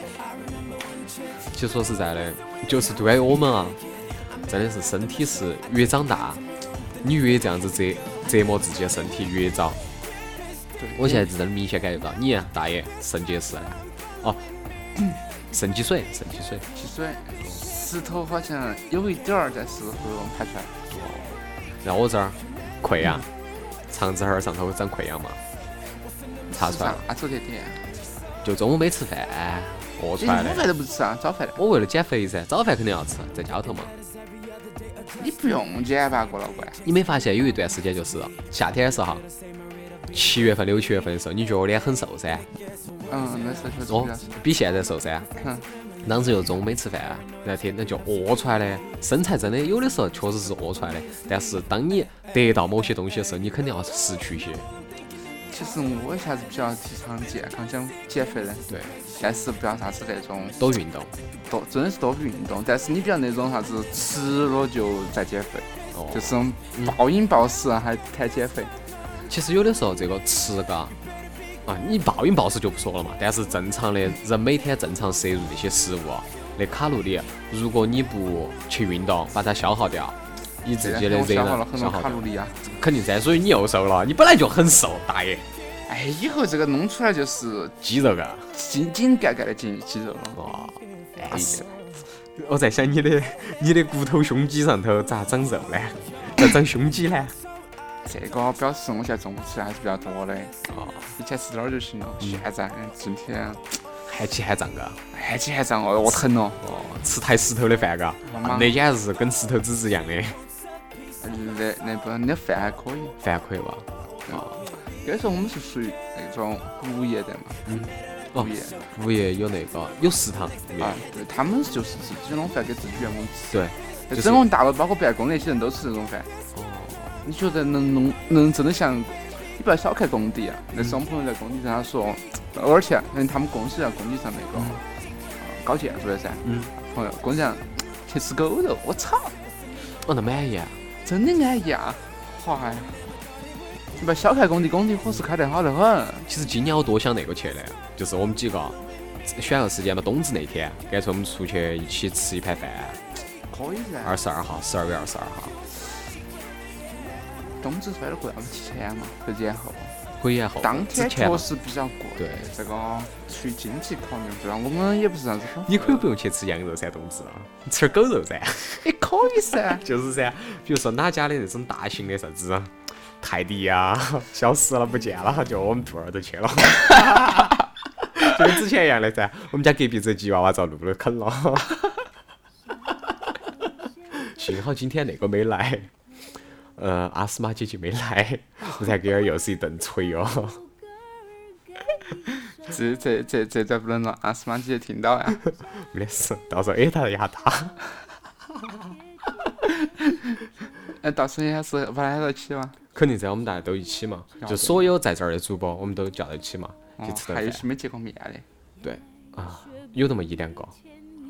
[SPEAKER 1] 其实说实在的，就是对于我们啊，真的是身体是越长大，你越这样子折折磨自己的身体越早。我现在真的明显感觉到，你啊大爷肾结石了，哦，肾积水，肾积水。
[SPEAKER 2] 其实石头好像有一点儿，但是喉咙排出来。
[SPEAKER 1] 然后我这儿溃疡，肠子儿上头长溃疡嘛，查出来
[SPEAKER 2] 啥
[SPEAKER 1] 了。
[SPEAKER 2] 子特啊点？
[SPEAKER 1] 就中午没吃饭，饿出
[SPEAKER 2] 你
[SPEAKER 1] 来
[SPEAKER 2] 午
[SPEAKER 1] 的。
[SPEAKER 2] 饭都不吃啊？早饭的？
[SPEAKER 1] 我为了减肥噻，早饭肯定要吃，在家头嘛。
[SPEAKER 2] 你不用减吧，郭老倌。
[SPEAKER 1] 你没发现有一段时间就是夏天的时候，七月份、六七月份的时候，你觉得我脸很瘦噻？
[SPEAKER 2] 嗯，那时候确实
[SPEAKER 1] 哦
[SPEAKER 2] 比较少。，
[SPEAKER 1] 比现在瘦噻。
[SPEAKER 2] 嗯
[SPEAKER 1] 当时又中午没吃饭，啊那天那就饿出来的。身材真的有的时候确实是饿出来的，但是当你得到某些东西的时候，你肯定要失去一些。
[SPEAKER 2] 其实我一下子比较提倡健康，想减肥的，
[SPEAKER 1] 对，
[SPEAKER 2] 但是不要啥子那种
[SPEAKER 1] 多运动。
[SPEAKER 2] 多，真的是多运动。但是你不要那种啥子吃了就在减肥，
[SPEAKER 1] 哦，
[SPEAKER 2] 就是暴饮暴食啊还谈减肥。
[SPEAKER 1] 其实有的时候这个吃嘎，啊，你暴饮暴食就不说了嘛，但是正常的人每天正常摄入这些食物啊，那卡路里，如果你不去运动把它消耗掉，你自己的
[SPEAKER 2] 我
[SPEAKER 1] 热
[SPEAKER 2] 消耗了
[SPEAKER 1] 量
[SPEAKER 2] 很
[SPEAKER 1] 消
[SPEAKER 2] 多
[SPEAKER 1] 耗
[SPEAKER 2] 卡
[SPEAKER 1] 掉
[SPEAKER 2] 路，里啊。
[SPEAKER 1] 肯定噻，所以你又瘦了，你本来就很瘦，大爷，
[SPEAKER 2] 哎，以后这个弄出来就是
[SPEAKER 1] 肌肉嘎，
[SPEAKER 2] 紧紧盖盖的肌肌肉了。
[SPEAKER 1] 哇，哎呀，我在想你的你的骨头胸肌上头咋长肉呢？咋长胸肌呢？
[SPEAKER 2] 这个表示我现在中午吃的还是比较多的，
[SPEAKER 1] 哦，嗯
[SPEAKER 2] 以前吃点儿就行了。现在今天
[SPEAKER 1] 还起还胀嘎。
[SPEAKER 2] 哎，今天上我我疼了，
[SPEAKER 1] 哦，吃抬石头的饭嘎，
[SPEAKER 2] 妈妈
[SPEAKER 1] 那简直是跟石头子一样的。
[SPEAKER 2] 那那不那饭还可以。
[SPEAKER 1] 饭可以吧？
[SPEAKER 2] 那时候我们啊是属于那种无业的嘛，
[SPEAKER 1] 哦
[SPEAKER 2] 无业
[SPEAKER 1] 物业有那个有食堂，物业
[SPEAKER 2] 啊，对，他们就是自己弄饭给自己员工吃。
[SPEAKER 1] 对，就是哦
[SPEAKER 2] 整个大陆包括办公那些人都吃这种饭。你觉得能弄能真的像？你不要小看工地啊！
[SPEAKER 1] 嗯
[SPEAKER 2] 那时候我朋友在工地上，他说，偶尔去，嗯，他们公司在工地上那个、呃搞建筑的噻，
[SPEAKER 1] 嗯，
[SPEAKER 2] 朋友工地上去吃狗肉，我操，
[SPEAKER 1] 哦，那满意啊！
[SPEAKER 2] 真的安逸啊！嗨，你不要小看工地，工地伙食开得好得很。
[SPEAKER 1] 其实今年我多想那个去的，就是我们几个选个时间嘛，冬至那天，干脆我们出去一起吃一盘饭。
[SPEAKER 2] 可以噻，
[SPEAKER 1] 二十二号，十二月二十二号，
[SPEAKER 2] 冬至摔得贵，要不提前嘛，就延后。
[SPEAKER 1] 回延后
[SPEAKER 2] 当
[SPEAKER 1] 之
[SPEAKER 2] 天
[SPEAKER 1] 前
[SPEAKER 2] 确
[SPEAKER 1] 嘛。
[SPEAKER 2] 实比较贵，
[SPEAKER 1] 对
[SPEAKER 2] 这个出于经济考虑，不然我们也不是啥子 很
[SPEAKER 1] 你可以不用去吃羊肉噻，冬至啊，吃点狗肉噻，。
[SPEAKER 2] 也可以噻
[SPEAKER 1] 就是噻。比如说哪家的那种大型的啥子啊泰迪呀， 消失了不见了，就我们兔儿都去了， 就跟之前一样的噻。我们家隔壁这吉娃娃遭路人啃了， 幸好今天那个没来，呃，阿斯玛姐姐没来，我才给她又是一顿锤哦。
[SPEAKER 2] 这这这这段不能让阿斯玛姐姐听到 呀。
[SPEAKER 1] 没得事，到时候挨她一下她。
[SPEAKER 2] 哎，到时候你还是把他到起吗？
[SPEAKER 1] 肯定噻，我们大家都一起嘛，就所有在这儿的主播，我们都叫到一起嘛，去
[SPEAKER 2] 哦，
[SPEAKER 1] 吃
[SPEAKER 2] 还有
[SPEAKER 1] 顿
[SPEAKER 2] 些
[SPEAKER 1] 饭。
[SPEAKER 2] 没见过面的。
[SPEAKER 1] 对啊，有那么一两个。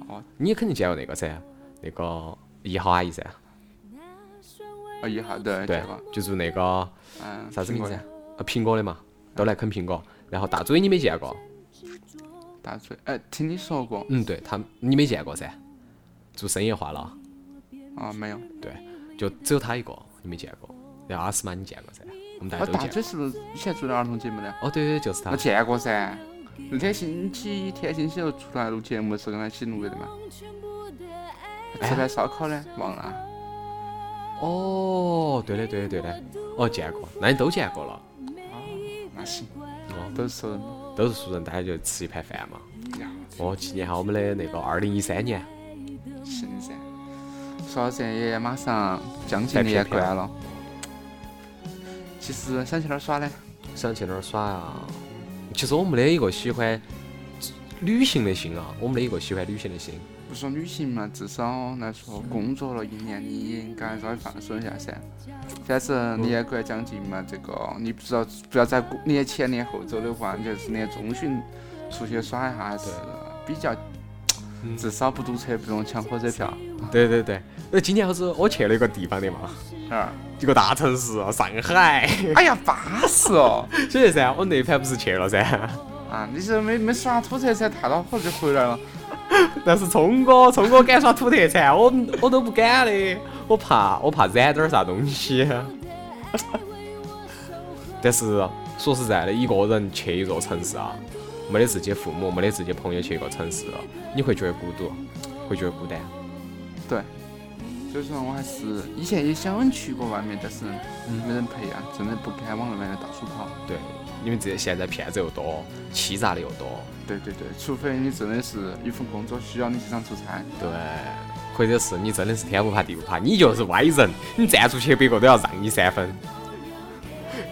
[SPEAKER 2] 哦，
[SPEAKER 1] 你肯定见过那个噻，那个一号阿姨噻，
[SPEAKER 2] 哦，一号对，
[SPEAKER 1] 对
[SPEAKER 2] 见过。，
[SPEAKER 1] 就是那个
[SPEAKER 2] 嗯，
[SPEAKER 1] 啥子
[SPEAKER 2] 苹
[SPEAKER 1] 名
[SPEAKER 2] 果
[SPEAKER 1] 字
[SPEAKER 2] 的嗯
[SPEAKER 1] 啊？？呃，苹果的嘛，都来啃苹果。然后大嘴你没见过？
[SPEAKER 2] 大嘴，哎，听你说过
[SPEAKER 1] 嗯，对他你没见过噻，做生意化了，
[SPEAKER 2] 啊？没有。
[SPEAKER 1] 对，就只有他一个你没见过。然后阿斯玛你见过噻，我们大家哎
[SPEAKER 2] 哦，
[SPEAKER 1] 都
[SPEAKER 2] 大
[SPEAKER 1] 见过。
[SPEAKER 2] 嘴是不是以前做的儿童节目的？
[SPEAKER 1] 哦，对对，对就是他
[SPEAKER 2] 我。见过噻。那天星期一天星期六出来录节目的时候，跟他一起录的嘛。
[SPEAKER 1] 哎
[SPEAKER 2] 吃盘烧烤呢？忘了。啊
[SPEAKER 1] 哦，对的对的对的，哦见过，那你都见过了。
[SPEAKER 2] 那行，
[SPEAKER 1] 哦，
[SPEAKER 2] 都是熟人。
[SPEAKER 1] 都是熟人，大家就吃一盘饭嘛。哦，纪念下我们的那个二零一三年，
[SPEAKER 2] 是的噻。说到这也马上将近连贯了。其实想去哪儿耍呢？
[SPEAKER 1] 想去哪儿耍啊？其实我没得一个喜欢旅行的心啊，我没得一个喜欢旅行的心。
[SPEAKER 2] 不说旅行嘛，至少来说工作了一年，你也应该稍微放松一下噻。反正年关将近嘛，这个你不知道不要在过年前年后走的话，你就是年中旬出去耍一下还是比较，嗯至少不堵车，不用抢火车票。
[SPEAKER 1] 对对对，那今年好似我去了一个地方的嘛，
[SPEAKER 2] 哪儿？
[SPEAKER 1] 一个大城市啊，上 海。
[SPEAKER 2] 哎呀，巴适哦！
[SPEAKER 1] 所以噻，我那一盘不是去了噻，
[SPEAKER 2] 啊，你是没没耍土特产，太恼火就回来了。
[SPEAKER 1] 但是聪哥，聪哥敢耍土特产，我我都不敢的，我怕我怕染点儿啥东 西。但是说实在的，一个人去一座城市啊，没得自己父母，没得自己朋友去一个城市，你会觉得孤独，会觉得孤单。
[SPEAKER 2] 对，所以说我还是以前也想去过外面，但是
[SPEAKER 1] 嗯
[SPEAKER 2] 没人陪啊，真的不敢往外面到处跑。
[SPEAKER 1] 对，因为这现在骗子又多，欺诈的又多，
[SPEAKER 2] 对对对，除非你真的是有份工作需要你经常出差，
[SPEAKER 1] 对，或者是你真的是天不怕地不怕，你就是歪人，你站出去别个都要让你三分。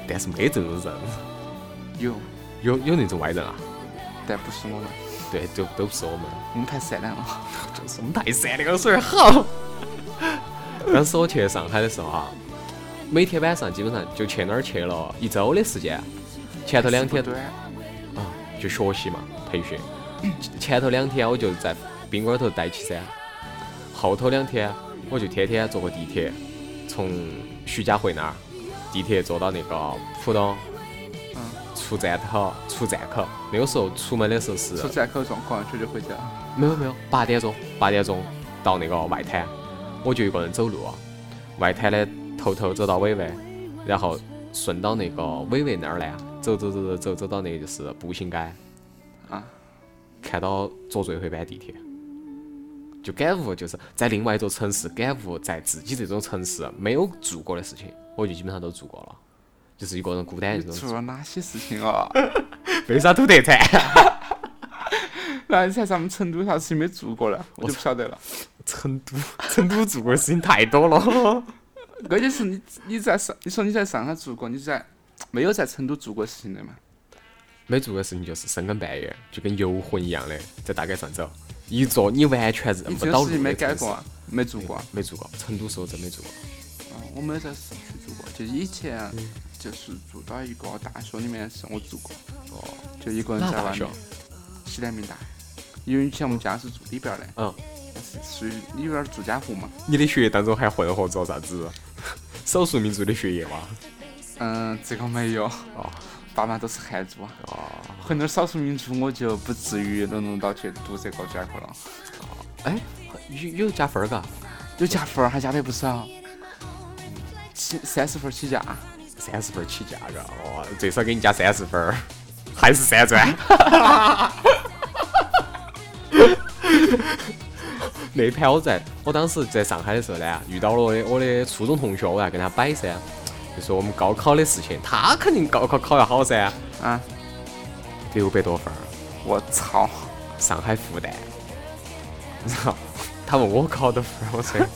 [SPEAKER 1] 但是没这种人，
[SPEAKER 2] 有，
[SPEAKER 1] 有有那种歪人啊？
[SPEAKER 2] 但不是我们，
[SPEAKER 1] 对，就都不是我们，
[SPEAKER 2] 我们太善良了。
[SPEAKER 1] 就是我们太善良了，水好。 当时我去上海的时候啊，每天晚上基本上就去那儿去了一周的时间，前头两 天
[SPEAKER 2] 对，嗯
[SPEAKER 1] 啊，就学习嘛，培训。前头两天我就在宾馆头待起噻，后头两天我就天天坐个地铁，从徐家汇那儿地铁坐到那个浦东
[SPEAKER 2] 嗯，
[SPEAKER 1] 出站口，出站口。那个时候出门的时候是
[SPEAKER 2] 出站口状况就就回家。
[SPEAKER 1] 没有没有八点钟，八点钟到那个外滩，我就一个人走路，啊外滩的头头走到尾尾，然后顺到那个尾尾那儿呢，走走走走走走到那个就是步行街。
[SPEAKER 2] 啊，
[SPEAKER 1] 看到坐最后一班地铁，就感悟就是在另外一座城市感悟在自己这种城市没有做过的事情，我就基本上都做过了，就是一个人孤单哎
[SPEAKER 2] 你
[SPEAKER 1] 这种
[SPEAKER 2] 做了哪些事情啊？
[SPEAKER 1] 没啥土特产，
[SPEAKER 2] 那你在咱们成都啥事情没做过呢？我就不晓得了。
[SPEAKER 1] 成都成都做过的事情太多了，
[SPEAKER 2] 关键是你你在上，你说你在上海做过，你在没有在成都做过事情的嘛？
[SPEAKER 1] 没做过的事情就是深更半夜就跟游魂一样的在大街上走，一座你完全认
[SPEAKER 2] 你
[SPEAKER 1] 不
[SPEAKER 2] 这
[SPEAKER 1] 到
[SPEAKER 2] 个
[SPEAKER 1] 路
[SPEAKER 2] 事情没
[SPEAKER 1] 的
[SPEAKER 2] 干
[SPEAKER 1] 城市
[SPEAKER 2] 过，啊？没做过啊？
[SPEAKER 1] 没做过，成都时候真没做过，
[SPEAKER 2] 啊，我没有在市区住过，就以前就是住到一个大学里面的时候我住过，
[SPEAKER 1] 哦，
[SPEAKER 2] 就一个人
[SPEAKER 1] 那
[SPEAKER 2] 在
[SPEAKER 1] 大
[SPEAKER 2] 外
[SPEAKER 1] 学
[SPEAKER 2] 面，，西南民大，因为以前我们家是住里边儿的，
[SPEAKER 1] 嗯，
[SPEAKER 2] 是属于里边儿住家户嘛，
[SPEAKER 1] 你的学业当中还混合着啥子 少数民族的学业吗？
[SPEAKER 2] 嗯，这个没有，
[SPEAKER 1] 哦
[SPEAKER 2] 爸妈都是汉族啊，
[SPEAKER 1] 哦。
[SPEAKER 2] 可能少数民族我就不至于沦落到去读这个专科了，
[SPEAKER 1] 哎，有有加分儿嘎，
[SPEAKER 2] 有加分儿还加的不少，嗯起三十分儿起啊价。
[SPEAKER 1] 三十分儿起价嘎，哇，哦最少给你加三十分儿， 还是三钻。 那盘我在，我当时在上海的时候呢，遇到了我的我的初中同学，我还跟他摆噻，就说我们高考的事情，他肯定高考考得好噻，
[SPEAKER 2] 啊！
[SPEAKER 1] 六百多分儿，
[SPEAKER 2] 我操！
[SPEAKER 1] 上海复旦， 然后他问我考的分儿，我说。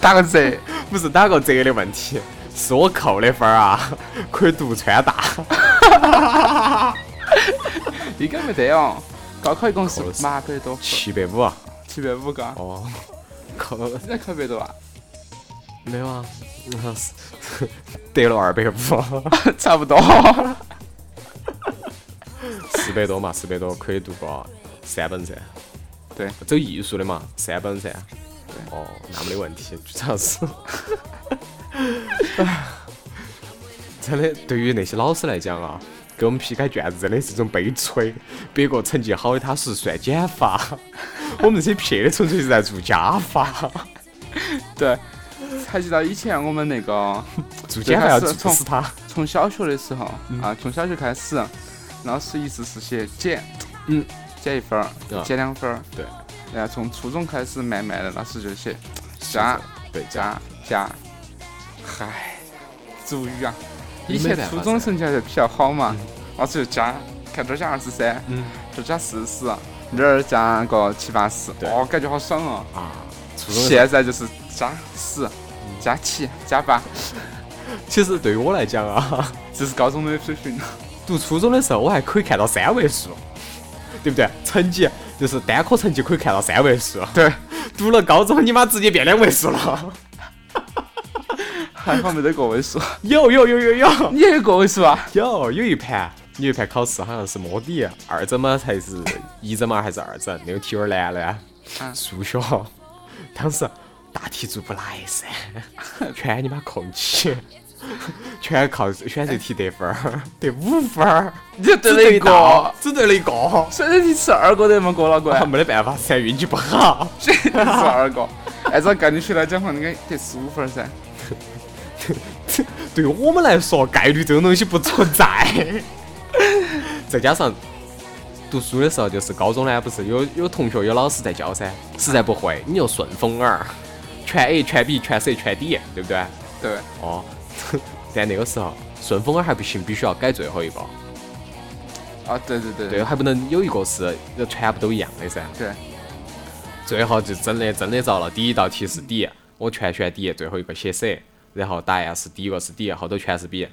[SPEAKER 2] 打个折，
[SPEAKER 1] 不是打个折的问题，是我扣的分儿啊， 可以独川大，
[SPEAKER 2] 应该没得哦。高考一共是
[SPEAKER 1] 扣了四
[SPEAKER 2] 八百多分，
[SPEAKER 1] 七百五。啊
[SPEAKER 2] 七百五个。
[SPEAKER 1] 哦，扣
[SPEAKER 2] 你才考一百多啊？
[SPEAKER 1] 没有啊，我是 得了二百五，
[SPEAKER 2] 差不多。
[SPEAKER 1] 四百多嘛，四百多可以读个三本噻，
[SPEAKER 2] 对，
[SPEAKER 1] 走艺术的嘛，三本噻。哦，那没得问题，主要 是。真的，对于那些老师来讲啊，给我们批改卷子真的是一种悲催。别个成绩好的他是算减法， 我们这些撇的纯粹是在做加法，
[SPEAKER 2] 对， 还记得以前我们那个
[SPEAKER 1] 做减法要做
[SPEAKER 2] 最开始从
[SPEAKER 1] 死他。
[SPEAKER 2] 从小学的时候、啊，从小学开始，老师一直是写减，
[SPEAKER 1] 嗯，
[SPEAKER 2] 减一分儿
[SPEAKER 1] 对，
[SPEAKER 2] 减两分儿，
[SPEAKER 1] 对
[SPEAKER 2] 然后从初中开始慢慢的老师就写啊加
[SPEAKER 1] 对加，
[SPEAKER 2] 加加，嗨，俗语啊，啊
[SPEAKER 1] 你
[SPEAKER 2] 以
[SPEAKER 1] 没
[SPEAKER 2] 前
[SPEAKER 1] 办法
[SPEAKER 2] 初中
[SPEAKER 1] 噻
[SPEAKER 2] 成绩还是比较好嘛，老子就加，看这儿加二十三，
[SPEAKER 1] 嗯，
[SPEAKER 2] 这儿加四十，啊这儿加个七八十，
[SPEAKER 1] 对
[SPEAKER 2] 哦，感觉好爽哦。
[SPEAKER 1] 啊，嗯初中的时候
[SPEAKER 2] 现在就是加十、加七、加八，
[SPEAKER 1] 其实对于我来讲啊，
[SPEAKER 2] 这是高中的水平。
[SPEAKER 1] 读初中的时候我还可以看到三位数，对不对？成绩就是单科成绩可以看到三位数，
[SPEAKER 2] 对，
[SPEAKER 1] 读了高中你妈直接变两位数了，
[SPEAKER 2] 还好没得个位数，
[SPEAKER 1] 有有有有有
[SPEAKER 2] 你也有个位数 啊？
[SPEAKER 1] 有有一盘。有一盘考试好像是摸底，二整吗？还是一整吗？还是二整？那个题有点难呢，
[SPEAKER 2] 嗯
[SPEAKER 1] 数学，当时大题做不来噻，全你妈空起，全靠选择题得分儿，得五分儿。
[SPEAKER 2] 你就
[SPEAKER 1] 只
[SPEAKER 2] 得了
[SPEAKER 1] 对
[SPEAKER 2] 一个，，
[SPEAKER 1] 只对了一个，
[SPEAKER 2] 所以你吃二个都没过了，乖，
[SPEAKER 1] 没得办法噻，运气不好。
[SPEAKER 2] 这吃二哎个。按照概率学来讲的话，应该得十五分儿噻。
[SPEAKER 1] 对于我们来说，概率这种东西不存在。 再加上读书的时候，就是高中呢，不是有有同学有老师在教噻，实在不会你就顺风耳，全 A 全 B 全 C 全 D，对不对？
[SPEAKER 2] 对，
[SPEAKER 1] 哦， 但那个时候顺风耳还不行，必须要改最后一个，
[SPEAKER 2] 啊，对对对
[SPEAKER 1] 对，还不能有一个是呃全部都一样的噻。
[SPEAKER 2] 对，
[SPEAKER 1] 最后就真的真的遭了。第一道题是 D，我全选 D，最后一个写 C，然后答案是第一个是 D，后头全是 B。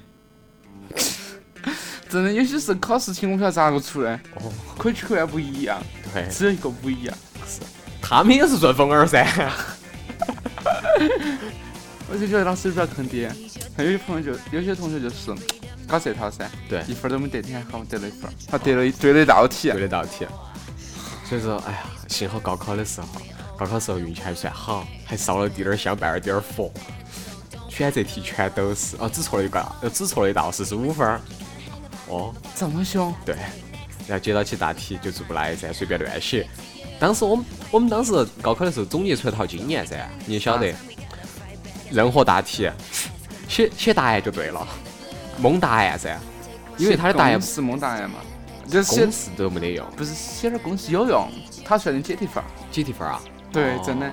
[SPEAKER 2] 真的有些时候考试题我不晓得咋个出来，
[SPEAKER 1] 哦，哎
[SPEAKER 2] 口诀然不一样，
[SPEAKER 1] 对，
[SPEAKER 2] 只有一个不一样。
[SPEAKER 1] 他们也是顺风耳噻。
[SPEAKER 2] 我就觉得老师比较坑爹，还有些朋友就有些同学就是搞这套噻，
[SPEAKER 1] 对
[SPEAKER 2] 一分儿都没得，你还好得了一分儿，他得了一对了一道 题啊
[SPEAKER 1] 对，的道题。所以说，哎呀，幸好高考的时候，高考时候运气还算好，还烧了滴点儿香，拜了点儿佛。选择题全都是，哦，只错了一个，呃，只错了一道四十五分儿。哦，
[SPEAKER 2] 这么凶，
[SPEAKER 1] 对，然后接到起大题就做不来噻，随便乱写。当时我们我们当时高考的时候总结出一套经验噻，你也晓得，任何大题写写答案就对了，蒙答案噻，因为他的答案
[SPEAKER 2] 公式蒙答案嘛，就是写
[SPEAKER 1] 公式都没得用，
[SPEAKER 2] 不是写点公式有用，它算你解题分儿。
[SPEAKER 1] 几题分儿啊？
[SPEAKER 2] 对
[SPEAKER 1] 哦
[SPEAKER 2] 真的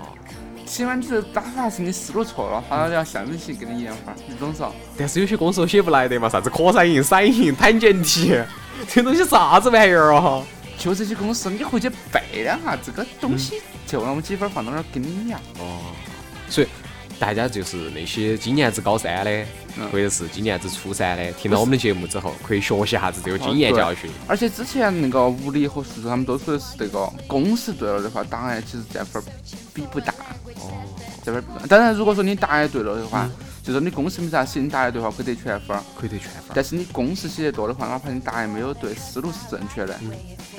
[SPEAKER 2] 起码你这打法是你思路错了，他要象征性给你演法，你懂嗦？
[SPEAKER 1] 但是有些公式我写不来的嘛，啥子 cos 引、sin 引、tan 减题， 这东西啥子玩意儿啊？
[SPEAKER 2] 就这些公式，你回去背两下，这个东西
[SPEAKER 1] 嗯
[SPEAKER 2] 就那么几分儿放到那儿给你呀。
[SPEAKER 1] 哦，所以大家就是那些今年子高三的，
[SPEAKER 2] 嗯
[SPEAKER 1] 或者是今年子初三的，听到我们的节目之后，可以学习下子这个经验教训。
[SPEAKER 2] 哦而且之前那个物理和数学他们都说的是这个公式对了的话，答案其实占分儿比不大。
[SPEAKER 1] 哦，嗯
[SPEAKER 2] 这边当然，如果说你答案对了的话，就说你公式没啥写，你答案对的话可以得全分儿。
[SPEAKER 1] 可以得全分儿。
[SPEAKER 2] 但是你公式写得多的话，哪怕你答案没有对，思路是正确的，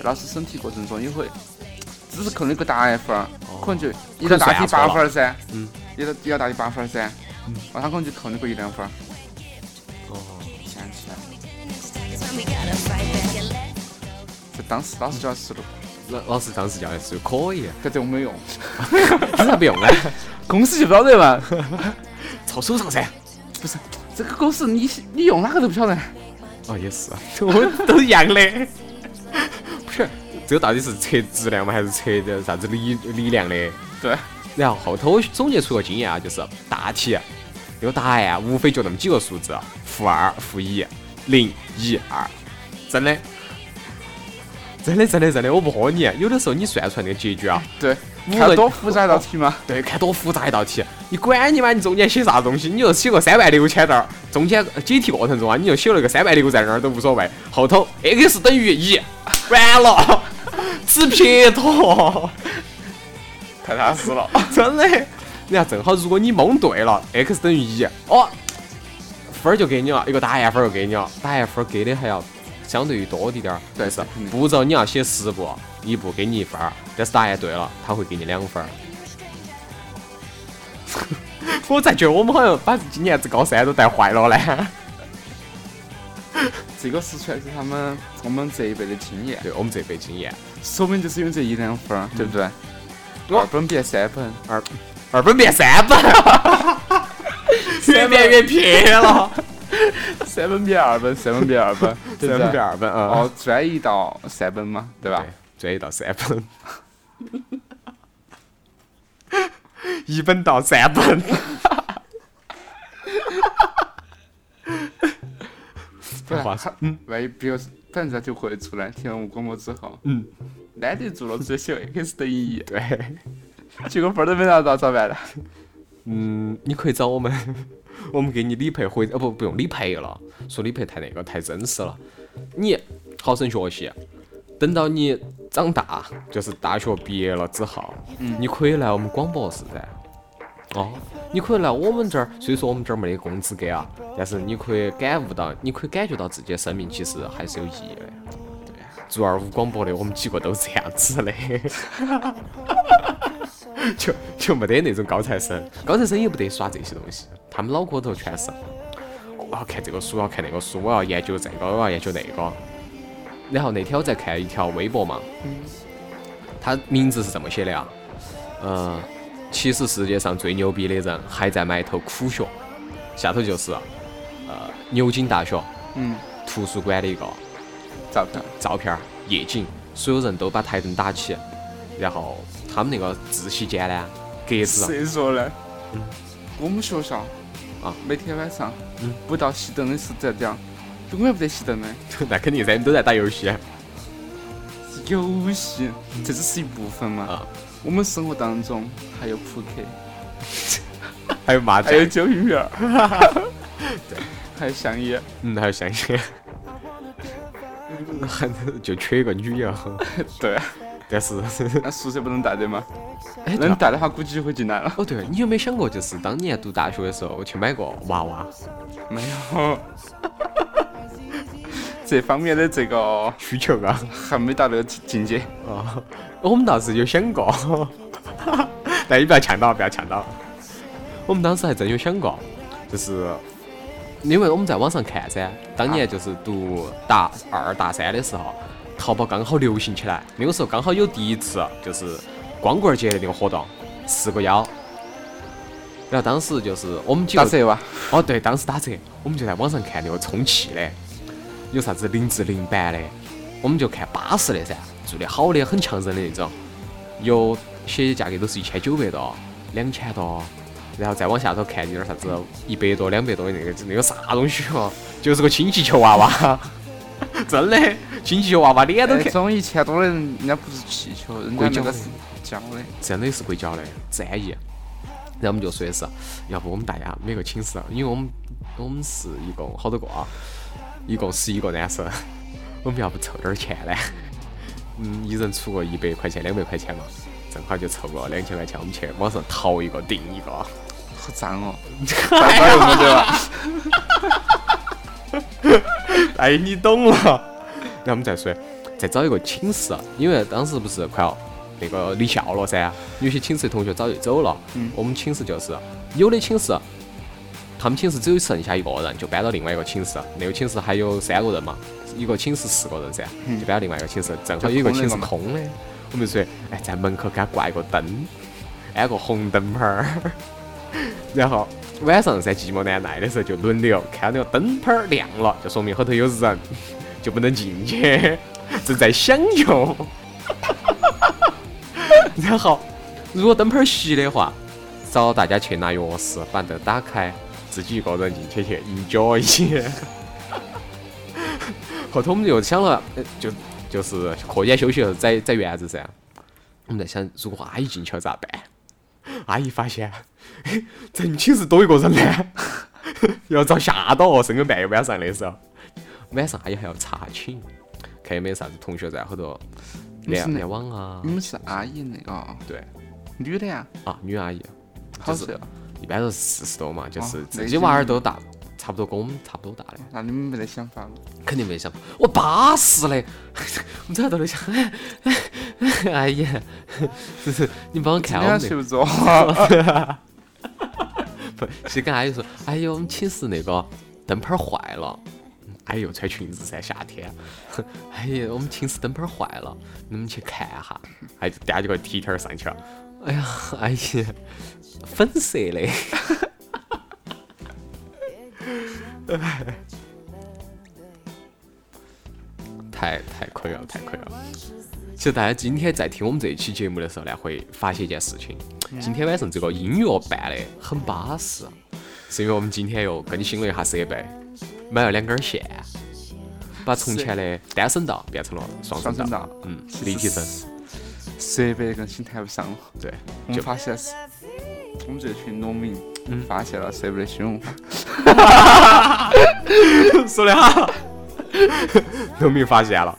[SPEAKER 2] 老师审题过程中也会只是扣你一个答案分儿，
[SPEAKER 1] 哦
[SPEAKER 2] 可能就一道大题八分儿噻，
[SPEAKER 1] 嗯，
[SPEAKER 2] 一道一道大题八分儿噻，哦，他可能就扣你个一两分儿，
[SPEAKER 1] 哦，
[SPEAKER 2] 想起来了。这当时老师教的思路，
[SPEAKER 1] 老老师当时教的是可以，
[SPEAKER 2] 这对我没用，
[SPEAKER 1] 有啥不用啊呢？
[SPEAKER 2] 公式就不晓得嘛，
[SPEAKER 1] 抄手上噻。
[SPEAKER 2] 不是这个公式你你用哪个都不晓得，
[SPEAKER 1] 哦，也是， 我都一样的。不是，这个到底是测质量吗？还是测的啥子力力量的？
[SPEAKER 2] 对，
[SPEAKER 1] 然后后头总结出个经验啊，就是大题这个答案啊无非就那么几个数字，负二、负一、零、一、二，真的，真的真的真的，我不喝你。有的时候你算出来那个结局啊，
[SPEAKER 2] 对，
[SPEAKER 1] 五
[SPEAKER 2] 看
[SPEAKER 1] 个
[SPEAKER 2] 多复杂一道题 嘛。
[SPEAKER 1] 对，看多复杂一道题，你管你妈，你中间写啥东西，你就写个三万六千字儿，中间呃解题过程中啊，你就写了个三万六在那儿都无所谓，后头 x 等于一，完了，只撇脱，
[SPEAKER 2] 太踏实了。
[SPEAKER 1] 真的。然后正好，如果你蒙对了，x 等于一，哦，分儿就给你了，一个答案分儿就给你了，答案分儿给的还要相对于多一点儿，
[SPEAKER 2] 对
[SPEAKER 1] 是
[SPEAKER 2] 这肯定
[SPEAKER 1] 步骤你要写十步，一步给你一分儿，但是答案对了，他会给你两分儿。我咋觉得我们好像把今年子高三都带坏了嘞？
[SPEAKER 2] 这个是全是他们我们这一辈的经验，
[SPEAKER 1] 对我们这辈经验，
[SPEAKER 2] 说不定就是有这一两分儿，对不对？
[SPEAKER 1] 我
[SPEAKER 2] 二本变三本，
[SPEAKER 1] 二二本变三本，越变越撇了，
[SPEAKER 2] 三本变二本，三本变二本， 对
[SPEAKER 1] 三
[SPEAKER 2] 不
[SPEAKER 1] 本变
[SPEAKER 2] 对？
[SPEAKER 1] 二本啊。
[SPEAKER 2] 哦，转移到三本嘛，对吧
[SPEAKER 1] 对？，转移到三本，一本到三本。
[SPEAKER 2] 不
[SPEAKER 1] 划
[SPEAKER 2] 然
[SPEAKER 1] 算
[SPEAKER 2] 他万一比如说，反正他就回族了。听完我广播之后，
[SPEAKER 1] 嗯，
[SPEAKER 2] 难得做了这些 x 等于一，
[SPEAKER 1] 对，
[SPEAKER 2] 结果分儿都没拿到，咋办呢？
[SPEAKER 1] 嗯，你可以找我们， 我们给你理赔回，呃、不，不用理赔了，说理赔太那个太真实了。你好生学习，等到你长大，就是大学毕业了之后，嗯你可以来我们广播室噻。哦，你可以来我们这儿，虽说我们这儿没得工资给啊，但是你可以感悟到，你可以感觉到自己的生命其实还是有意义的。对，做二五广播的，我们几个都这样子的。 就就没得那种高材生，高材生也不得耍这些东西，他们脑壳头全是我要看这个书，我要看那个书，我要研究这个，我要研究那个。然后那天我在看一条微博嘛，他名字是这么写的啊，呃，其实世界上最牛逼的人还在埋头苦学，下头就是呃牛津大学
[SPEAKER 2] 嗯，
[SPEAKER 1] 图书馆的一个
[SPEAKER 2] 咋办？
[SPEAKER 1] 照片儿、夜景，所有人都把台灯打起，然后他们那个自习间呢，格子啊
[SPEAKER 2] 谁说的？我们学校
[SPEAKER 1] 啊，
[SPEAKER 2] 每天晚上
[SPEAKER 1] 嗯
[SPEAKER 2] 不到熄灯的时间点儿，永远不得熄灯的。
[SPEAKER 1] 那肯定噻，你都在打游戏。
[SPEAKER 2] 游戏，这只是一部分嘛。
[SPEAKER 1] 啊
[SPEAKER 2] 我们生活当中还有扑克，
[SPEAKER 1] 还有麻
[SPEAKER 2] 还有
[SPEAKER 1] 将，
[SPEAKER 2] 九品园，对，还有香烟，
[SPEAKER 1] 嗯，还有香烟，还 就缺一个女友，
[SPEAKER 2] 对啊。
[SPEAKER 1] 但 是，
[SPEAKER 2] 那宿舍不能带的吗？
[SPEAKER 1] 哎，对
[SPEAKER 2] 能
[SPEAKER 1] 了
[SPEAKER 2] 带的话，估计就会 进来了。
[SPEAKER 1] 哦对了，你有没有想过，就是当年读大学的时候，我去买个娃娃，
[SPEAKER 2] 没有， 这方面的这个
[SPEAKER 1] 需求啊，
[SPEAKER 2] 还没到那个境境界。
[SPEAKER 1] 哦， 我们倒是有想过， 但你不要呛到，不要呛到。我们当时还真有想过，就是因为我们在网上看噻，当年就是读大二、大三的时候，淘宝刚好流行起来，那个时候刚好有第一次就是光棍节的那个活动，四个幺。然后当时就是我们几
[SPEAKER 2] 打
[SPEAKER 1] 个
[SPEAKER 2] 折哇，
[SPEAKER 1] 哦，对，当时打折，我们就在网上看那个充气的，有啥子林志玲版的，我们就看巴适的噻，做的好的，很强人的那种，有些价格都是一千九百多、两千多，然后再往下头看有点啥子一百多、两百多的那个那个啥东西哦，就是个氢气球娃娃， 真的，氢气球娃娃脸哎都
[SPEAKER 2] 那
[SPEAKER 1] 看，
[SPEAKER 2] 种一千多的，人家不是气球，人家
[SPEAKER 1] 硅胶
[SPEAKER 2] 那个
[SPEAKER 1] 的
[SPEAKER 2] 是胶的。
[SPEAKER 1] 真的是硅胶的，战役。然后我们就说的是，要不我们大家每个寝室，因为我们我们是一共好多个啊，一共十一个男生，我们要不凑点儿钱呢？ 嗯，一人出个一百块钱、两百块钱嘛，正好就凑个两千块钱，我们去网上淘一个订一个。
[SPEAKER 2] 好 脏哦，大家用的对 吧？
[SPEAKER 1] 哎，你懂了。然后我们再说，再找一个寝室，因为当时不是快要那个离校了噻，有些寝室同学早就走了。
[SPEAKER 2] 嗯
[SPEAKER 1] 我们寝室就是有的寝室，他们寝室只有剩下一个人，就搬到另外一个寝室。那个寝室还有三个人嘛，一个寝室四个人噻，就搬到另外一个寝室，正好有一个寝室嗯空的。我们就说，哎，在门口给他挂一个灯，哎安个红灯牌儿。然后晚上噻寂寞难耐的时候就轮流看到那个灯泡儿亮了，就说明后头有人，就不能进去，正在享用。然后如果灯泡儿熄的话，找大家去拿钥匙把灯打开，自己一个人进去去 enjoy。后头我们就想了，呃就就是课间休息的时候在在园子噻，我们在想如果阿姨进去了咋办？阿姨发现，在你们寝室多一个人呢，要遭吓到哦，深更半夜晚上的时候，晚上阿姨还要查寝，看有没有啥子同学在后头联
[SPEAKER 2] 你是哪
[SPEAKER 1] 联网啊
[SPEAKER 2] 你，们是阿姨那个
[SPEAKER 1] 对，
[SPEAKER 2] 女的呀，
[SPEAKER 1] 啊，女阿姨，
[SPEAKER 2] 好
[SPEAKER 1] 就是
[SPEAKER 2] 色哦。
[SPEAKER 1] 一般都是四十多嘛，就是
[SPEAKER 2] 哦
[SPEAKER 1] 自己娃儿都大，差不多跟我们差不多大的，
[SPEAKER 2] 啊那你们没得想法吗？哦
[SPEAKER 1] 肯定没想过我八十嘞， 我们在头里想， 哎哎哎呀，就是你帮我
[SPEAKER 2] 今
[SPEAKER 1] 看我
[SPEAKER 2] 天
[SPEAKER 1] 们
[SPEAKER 2] 睡
[SPEAKER 1] 那个
[SPEAKER 2] 不 着，
[SPEAKER 1] 不，其实跟阿姨说，哎呦，我们寝室那个灯泡儿坏了。嗯阿姨又穿裙子噻，夏天。哎呀，我们寝室灯泡儿坏了，你们去看一下。哎，带几个踢腿儿上去了。哎呀，阿姨，粉色的。 太太亏了，太亏了。其实大家今天在听我们这一期节目的时候呢，会发现一件事情，
[SPEAKER 2] 嗯
[SPEAKER 1] 今天晚上这个音乐办的很巴适，是因为我们今天又更新了一下设备，买了两根线，把从前的单声道变成了双
[SPEAKER 2] 双声
[SPEAKER 1] 道，
[SPEAKER 2] 道
[SPEAKER 1] 嗯，立体声，
[SPEAKER 2] 设备更新谈不上了。
[SPEAKER 1] 对，
[SPEAKER 2] 我们
[SPEAKER 1] 就
[SPEAKER 2] 发现是，我们这群农民发现了设备的虚荣。
[SPEAKER 1] 说的 好，农民发现了。啊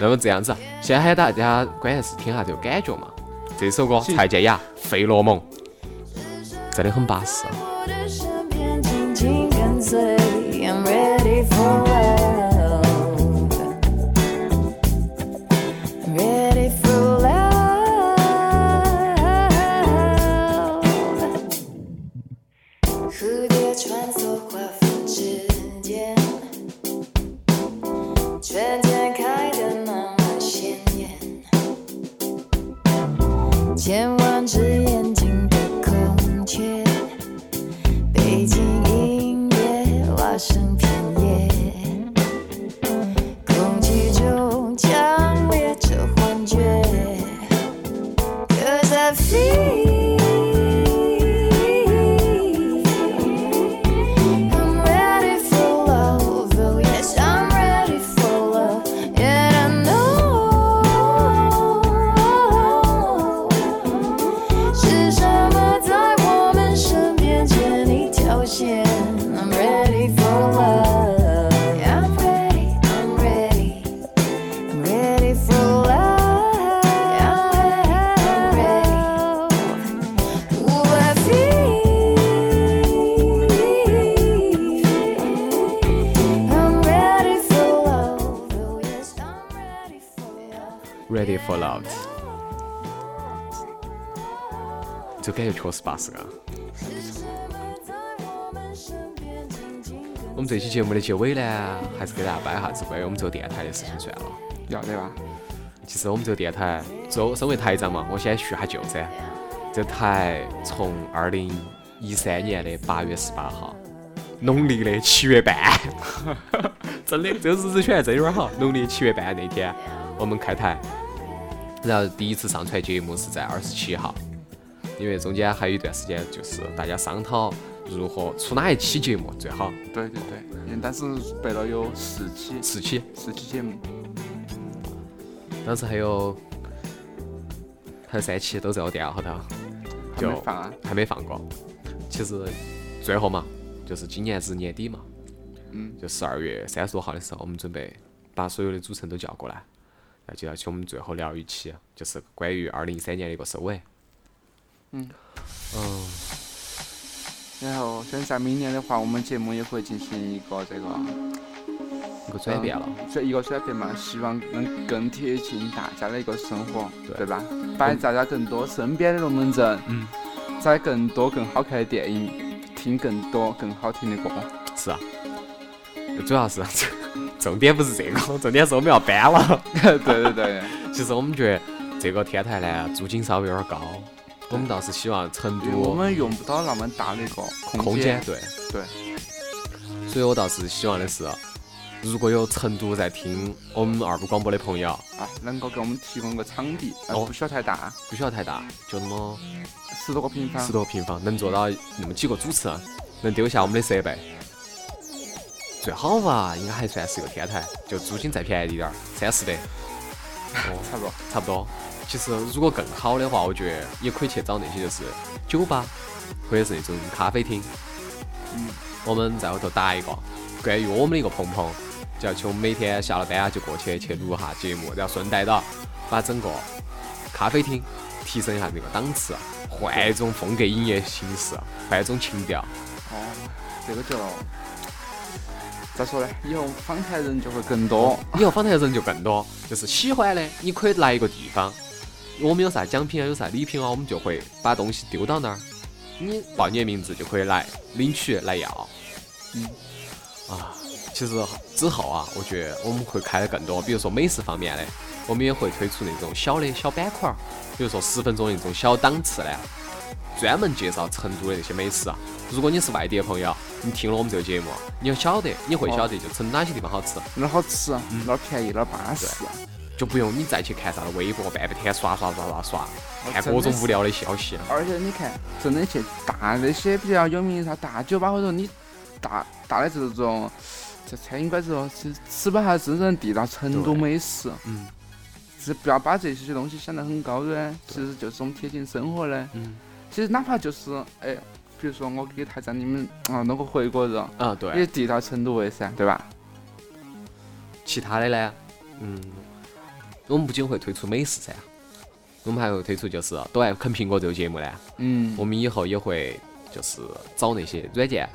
[SPEAKER 1] 那么这样子，啊先喊大家关键是听下这个感觉嘛。这首歌
[SPEAKER 2] 其
[SPEAKER 1] 蔡健雅《费洛蒙》，真的很巴适。啊
[SPEAKER 5] 我的身边紧紧跟随，I'm ready for love。I'm ready for love。蝴蝶穿梭花粉之间，春天开得那么鲜艳。千万只眼睛的孔雀，背景音乐拉声遍野，空气中强烈着幻觉。Cause I feel I'm ready for love, oh yes I'm ready for love, and I know 是什么在我们身边千里挑选？I'm ready for love, I'm ready, I'm ready. I'm ready for love. I'm ready. Ooh, I feel I'm ready for love. Oh, yes, I'm ready for love.
[SPEAKER 1] Ready for love，这感觉确实巴适啊。我们这期节目的结尾呢，还是给大家摆一下子关于我们这个电台的事啊情算了。
[SPEAKER 2] 要得吧？
[SPEAKER 1] 其实我们这个电台，作身为台长嘛，我先叙下旧噻。这台从二零一三年的八月十八号，农历的七月半， 真的这个日子选得真有点好。农历七月半那天，我们开台，然后第一次上传节目是在二十七号，因为中间还有一段时间就是大家商讨如何出哪一期节目最好，
[SPEAKER 2] 对对对，因为当时备了有十期，
[SPEAKER 1] 十期。
[SPEAKER 2] 十期节目，
[SPEAKER 1] 当时还有还有三期都在我电脑后头，
[SPEAKER 2] 还
[SPEAKER 1] 就
[SPEAKER 2] 没放啊。
[SPEAKER 1] 还没放过。其实最后嘛，就是今年是年底嘛，
[SPEAKER 2] 嗯，
[SPEAKER 1] 就十二月三十多号的时候，我们准备把所有的主持人都叫过来，然后接下去我们最后聊一期，啊就是关于二零一三年的一个收尾。
[SPEAKER 2] 然后现在明年的话，我们节目也会进行一个这个
[SPEAKER 1] 一个转变了，
[SPEAKER 2] 这一个转变嘛，希望能更贴近大家的一个生活，
[SPEAKER 1] 对
[SPEAKER 2] 对吧？摆大家更多身边的龙门阵，
[SPEAKER 1] 嗯，
[SPEAKER 2] 找更多更好看的电影，听更多更好 听的歌。
[SPEAKER 1] 是啊，主要是 重点不是这个，重点是我们要搬了。
[SPEAKER 2] 对对对，
[SPEAKER 1] 其实我们觉得这个天台呢，租金稍微有点高，我们倒是希望成
[SPEAKER 2] 因为我
[SPEAKER 1] 都
[SPEAKER 2] 们用不到那么大的一个
[SPEAKER 1] 空间
[SPEAKER 2] 间，
[SPEAKER 1] 对
[SPEAKER 2] 对。
[SPEAKER 1] 所以我倒是希望的是，如果有成都在听我们二部广播的朋友，
[SPEAKER 2] 啊，能够给我们提供一个场地，呃，
[SPEAKER 1] 哦
[SPEAKER 2] 不需要太大，
[SPEAKER 1] 不需要太大，就那么
[SPEAKER 2] 十多个平方
[SPEAKER 1] 十，多平方，能做到那么几个主持，能丢下我们的设备，最好吧，应该还算是个天台，就租金再便宜一点儿，三哦十的，
[SPEAKER 2] 差不多。
[SPEAKER 1] 差不多。其实如果更好的话，我觉得也可以去找那些就是酒吧，或者是那种咖啡厅。
[SPEAKER 2] 嗯，
[SPEAKER 1] 我们在后头打一个关于我们的一个鹏鹏，就要求我们每天下了班啊就过去去录下节目，然后顺带到把整个咖啡厅提升一下这个档次，换一种风格营业形式，换一种情调。
[SPEAKER 2] 哦，这个就咋说呢？以后访谈人就会更多。
[SPEAKER 1] 以后访谈人就更多，就是喜欢的你可以来一个地方，我们有啥奖品啊，有啥礼品啊，我们就会把东西丢到那儿，你报你的名字就可以来领取来要。嗯，啊，其实之后啊，我觉得我们会开的更多，比如说美食方面的，我们也会推出那种小的小板块儿，比如说十分钟的那种小档次的。专门介绍成都的那些美食啊！如果你是外地的朋友，你听了我们这个节目，你要晓得，你会晓得就成都哪些地方好吃，
[SPEAKER 2] 哪儿好吃，
[SPEAKER 1] 嗯
[SPEAKER 2] 哪儿便宜，哪儿巴适。
[SPEAKER 1] 就不用你再去看啥子微博，半白天刷刷刷刷刷，
[SPEAKER 2] 哦
[SPEAKER 1] 看各种无聊的消息。
[SPEAKER 2] 而且你看，真的去大那些比较有名的啥大酒吧或者你大大的这种在餐饮馆之后，其实吃饱还真正地道成都
[SPEAKER 1] 对
[SPEAKER 2] 美食。
[SPEAKER 1] 嗯
[SPEAKER 2] 是不要把这些东西想得很高端，其实就是我们贴近生活的。
[SPEAKER 1] 嗯
[SPEAKER 2] 其实哪怕就是哎，比如说我给台长你们啊弄个回锅肉，
[SPEAKER 1] 啊，
[SPEAKER 2] 也
[SPEAKER 1] 对，
[SPEAKER 2] 地道成都味噻，对吧？
[SPEAKER 1] 其他的呢，嗯，我们不仅会推出美食噻，我们还会推出就是《都爱啃苹果》这个节目呢，
[SPEAKER 2] 嗯，
[SPEAKER 1] 我们以后也会就是找那些软件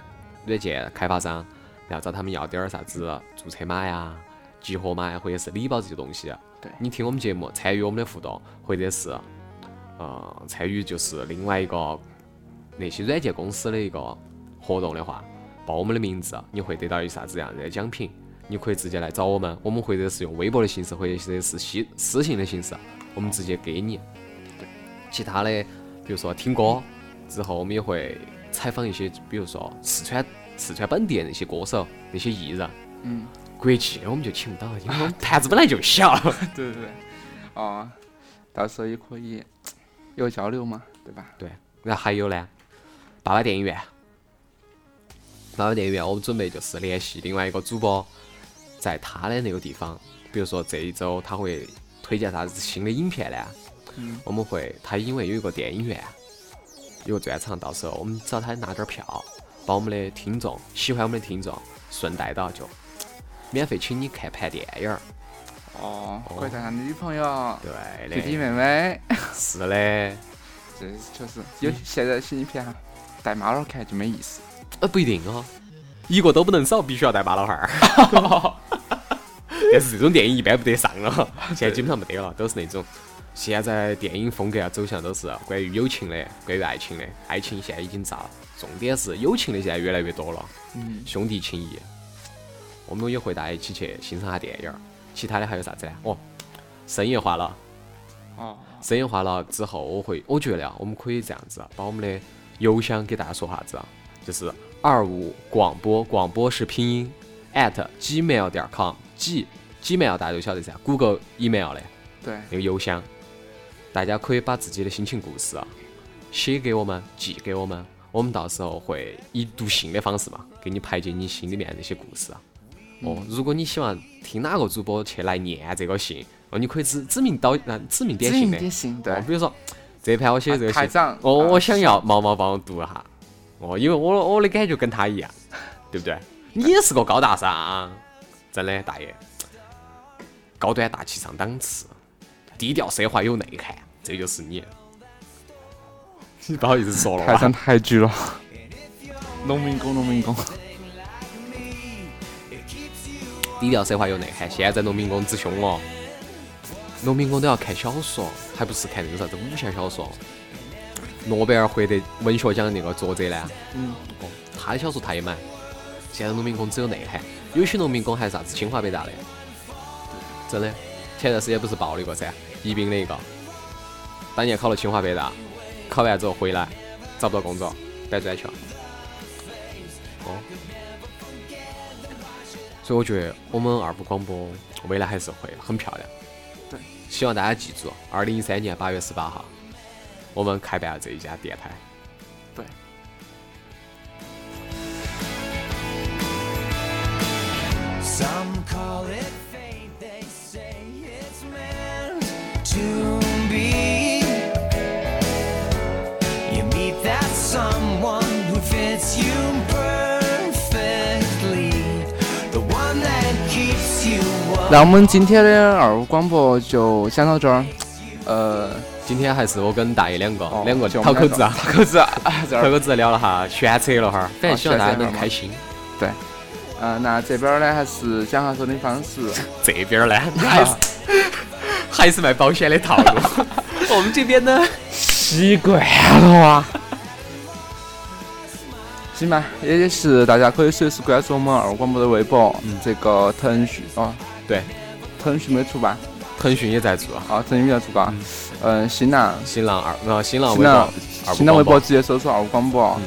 [SPEAKER 1] 软件开发商，然后找他们要点儿啥子注册码呀、集合码呀，或者是礼包这些东西。
[SPEAKER 2] 对
[SPEAKER 1] 你听我们节目，参与我们的互动，或者是呃参与就是另外一个那些软件公司的一个活动的话，报我们的名字，你会得到一啥子样的奖品？你可以直接来找我们，我们或者是用微博的形式，或者是私私信的形式，我们直接给你。其他的，比如说听歌之后，我们也会采访一些，比如说四川四川本地的那些歌手、那些艺人。
[SPEAKER 2] 嗯，
[SPEAKER 1] 国际的我们就请不到，因为我们坛子本来就小。
[SPEAKER 2] 对对对，哦，到时候也可以有交流嘛，对吧？
[SPEAKER 1] 对，然后还有呢，爸爸电影院，爸爸电影院，我们准备就是联系另外一个主播，在他的那个地方，比如说这一周他会推荐啥子新的影片呢？
[SPEAKER 2] 嗯
[SPEAKER 1] 我们会，他因为有一个电影院，有个专场，到时候我们找他拿点儿票，把我们的听众喜欢我们的听众顺带到就免费请你看盘电影儿。
[SPEAKER 2] 哦，可以带上女朋友、弟弟
[SPEAKER 1] 对的，
[SPEAKER 2] 妹妹，
[SPEAKER 1] 是的，
[SPEAKER 2] 这确实有现在新一片啊哈，带妈老汉儿看就没意思。
[SPEAKER 1] 呃，不一定哦，一个都不能少，必须要带八老汉儿。但是这种电影一般不得上了，现在基本上没得了，都是那种现在电影风格啊走向都是关于友情的，关于爱情的，爱情现在已经炸了，重点是友情的现在越来越多了，
[SPEAKER 2] 嗯，
[SPEAKER 1] 兄弟情谊。我们也会大家一起去欣赏下电影儿，其他的还有啥子呢？哦，深夜化了。
[SPEAKER 2] 哦，
[SPEAKER 1] 深夜化了之后，我会，我觉得啊，我们可以这样子，把我们的邮箱给大家说下子啊，就是二五广播，广播是拼音 at gmail 点 com，g gmail 大家都晓得噻，Google email 的
[SPEAKER 2] 对，
[SPEAKER 1] 那个邮箱，大家可以把自己的心情故事啊写给我们，寄给我们，我们到时候会以读信的方式嘛，给你排解你心里面那些故事啊。哦，如果你希望听哪个主播去来念这个信，哦，你可以指指名道呃指名点
[SPEAKER 2] 指
[SPEAKER 1] 姓
[SPEAKER 2] 引
[SPEAKER 1] 的。
[SPEAKER 2] 点行，
[SPEAKER 1] 哦
[SPEAKER 2] 对，
[SPEAKER 1] 比如说这盘我写这个
[SPEAKER 2] 台
[SPEAKER 1] 信，
[SPEAKER 2] 长，
[SPEAKER 1] 哦，
[SPEAKER 2] 啊
[SPEAKER 1] 我想要毛毛帮我读一下，哦，因为我我的感觉跟他 一样，对不对？你也是个高大上，啊真的大爷，高端大气上档次，低调奢华有内涵，这就是你。 你不好意思说了啊
[SPEAKER 2] 台
[SPEAKER 1] 吧
[SPEAKER 2] 上？抬举了，农民工，农民工，
[SPEAKER 1] 低调奢华有内涵，现在农民工之凶哦，农民工都要看小说，还不是看那个啥子武侠小说。诺贝尔获得文学奖的那个作者呢，
[SPEAKER 2] 嗯，
[SPEAKER 1] 哦，他的小说他也买。现在农民工只有内涵，有些农民工还是啥子清华北大的，真的。前段时间不是爆了一个噻，宜宾的一个，当年考了清华北大，考完之后回来找不到工作，搬砖去了。哦，所以我觉得我们二部广播未来还是会很漂亮。
[SPEAKER 2] 对，
[SPEAKER 1] 希望大家记住，二零一三年八月十八号，我们开办了这一家电台。
[SPEAKER 2] 对。
[SPEAKER 4] Some call it fate, they say it's meant to be. You meet that someone who fits you perfectly, the one that keeps you warm.
[SPEAKER 2] 那我们今天的二五广播就讲到这儿，呃，
[SPEAKER 1] 今天还是我跟大爷两个，
[SPEAKER 2] 哦
[SPEAKER 1] 两个
[SPEAKER 2] 就我
[SPEAKER 1] 讨
[SPEAKER 2] 们
[SPEAKER 1] 口
[SPEAKER 2] 两
[SPEAKER 1] 子啊
[SPEAKER 2] 个，讨口子 啊，这
[SPEAKER 1] 讨
[SPEAKER 2] 儿，
[SPEAKER 1] 口子聊了哈，闲扯了哈儿，反正
[SPEAKER 2] 啊
[SPEAKER 1] 希望大家
[SPEAKER 2] 闲扯
[SPEAKER 1] 能
[SPEAKER 2] 了嘛
[SPEAKER 1] 开心。
[SPEAKER 2] 呃，那这边儿呢还是讲下收听方式，
[SPEAKER 1] 这边儿呢， 还是还是卖保险的套路。我们这边呢，
[SPEAKER 2] 习惯了哇。行吧，也就是大家可以随时关注我们二广播的微博，
[SPEAKER 1] 嗯
[SPEAKER 2] 这个腾讯哦，
[SPEAKER 1] 对，
[SPEAKER 2] 腾讯没出吧？
[SPEAKER 1] 腾讯也在做，
[SPEAKER 2] 啊，腾讯要出吧？嗯，新浪、
[SPEAKER 1] 新浪二呃新浪微
[SPEAKER 2] 新
[SPEAKER 1] 博
[SPEAKER 2] 浪，
[SPEAKER 1] 二部
[SPEAKER 2] 新浪
[SPEAKER 1] 广
[SPEAKER 2] 微博
[SPEAKER 1] 播嗯
[SPEAKER 2] 直接搜索二广播，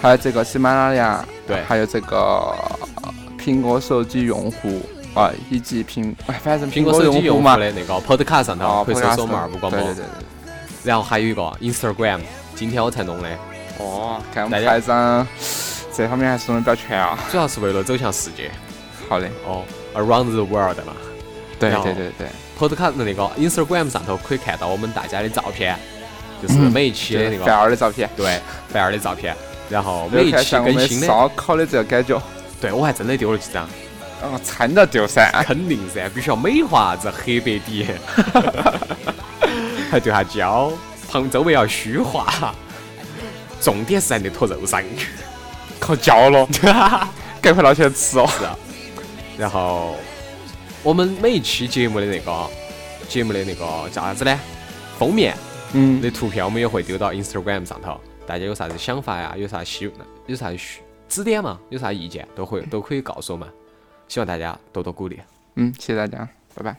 [SPEAKER 2] 还有这个喜马拉雅，
[SPEAKER 1] 对
[SPEAKER 2] 还有这个呃苹果手机用户啊，以及苹，哎反正
[SPEAKER 1] 苹
[SPEAKER 2] 苹
[SPEAKER 1] 果
[SPEAKER 2] 果
[SPEAKER 1] 手
[SPEAKER 2] 用
[SPEAKER 1] 机用
[SPEAKER 2] 户
[SPEAKER 1] 户
[SPEAKER 2] 嘛，
[SPEAKER 1] 的那个 Podcast 上头
[SPEAKER 2] 啊，
[SPEAKER 1] 可以搜索我们二部
[SPEAKER 2] Podcast
[SPEAKER 1] 广播
[SPEAKER 2] 对。对对对，
[SPEAKER 1] 然后还有一个 Instagram，今天我才弄的，
[SPEAKER 2] 哦，看我
[SPEAKER 1] 大
[SPEAKER 2] 们
[SPEAKER 1] 家
[SPEAKER 2] 台长这方面还是弄的比较全啊。
[SPEAKER 1] 主要是为了走向世界。
[SPEAKER 2] 好嘞，
[SPEAKER 1] 哦，Around the World 嘛。
[SPEAKER 2] 对
[SPEAKER 1] 然后
[SPEAKER 2] 对对对，
[SPEAKER 1] Podcast 的那个 Instagram 上头可以看到我们大家的照片，就是
[SPEAKER 2] 嗯
[SPEAKER 1] 每一期的那
[SPEAKER 2] 就是
[SPEAKER 1] 个、
[SPEAKER 2] 范儿的照片，
[SPEAKER 1] 对范儿的照片，然后每
[SPEAKER 2] 没
[SPEAKER 1] 一
[SPEAKER 2] 有看
[SPEAKER 1] 期
[SPEAKER 2] 像我
[SPEAKER 1] 更
[SPEAKER 2] 们
[SPEAKER 1] 新的，
[SPEAKER 2] 烧烤的这个感觉，
[SPEAKER 1] 对我还真的丢了几张，
[SPEAKER 2] 哦，掺着丢噻，
[SPEAKER 1] 肯定噻，必须要美化这黑白底， 还对下焦，旁周围要虚化，重点是还得坨肉上，
[SPEAKER 2] 烤 焦了，赶快拿起来吃哦。
[SPEAKER 1] 然后我们每一期节目的那个节目的那个叫啥子呢？封面
[SPEAKER 2] 嗯，
[SPEAKER 1] 的图片我们也会丢到 Instagram 上头，大家有啥子想法呀？有啥希有啥需指点嘛？有啥意见都会都可以告诉我们，希望大家多多鼓励。
[SPEAKER 2] 嗯，谢谢大家，拜拜。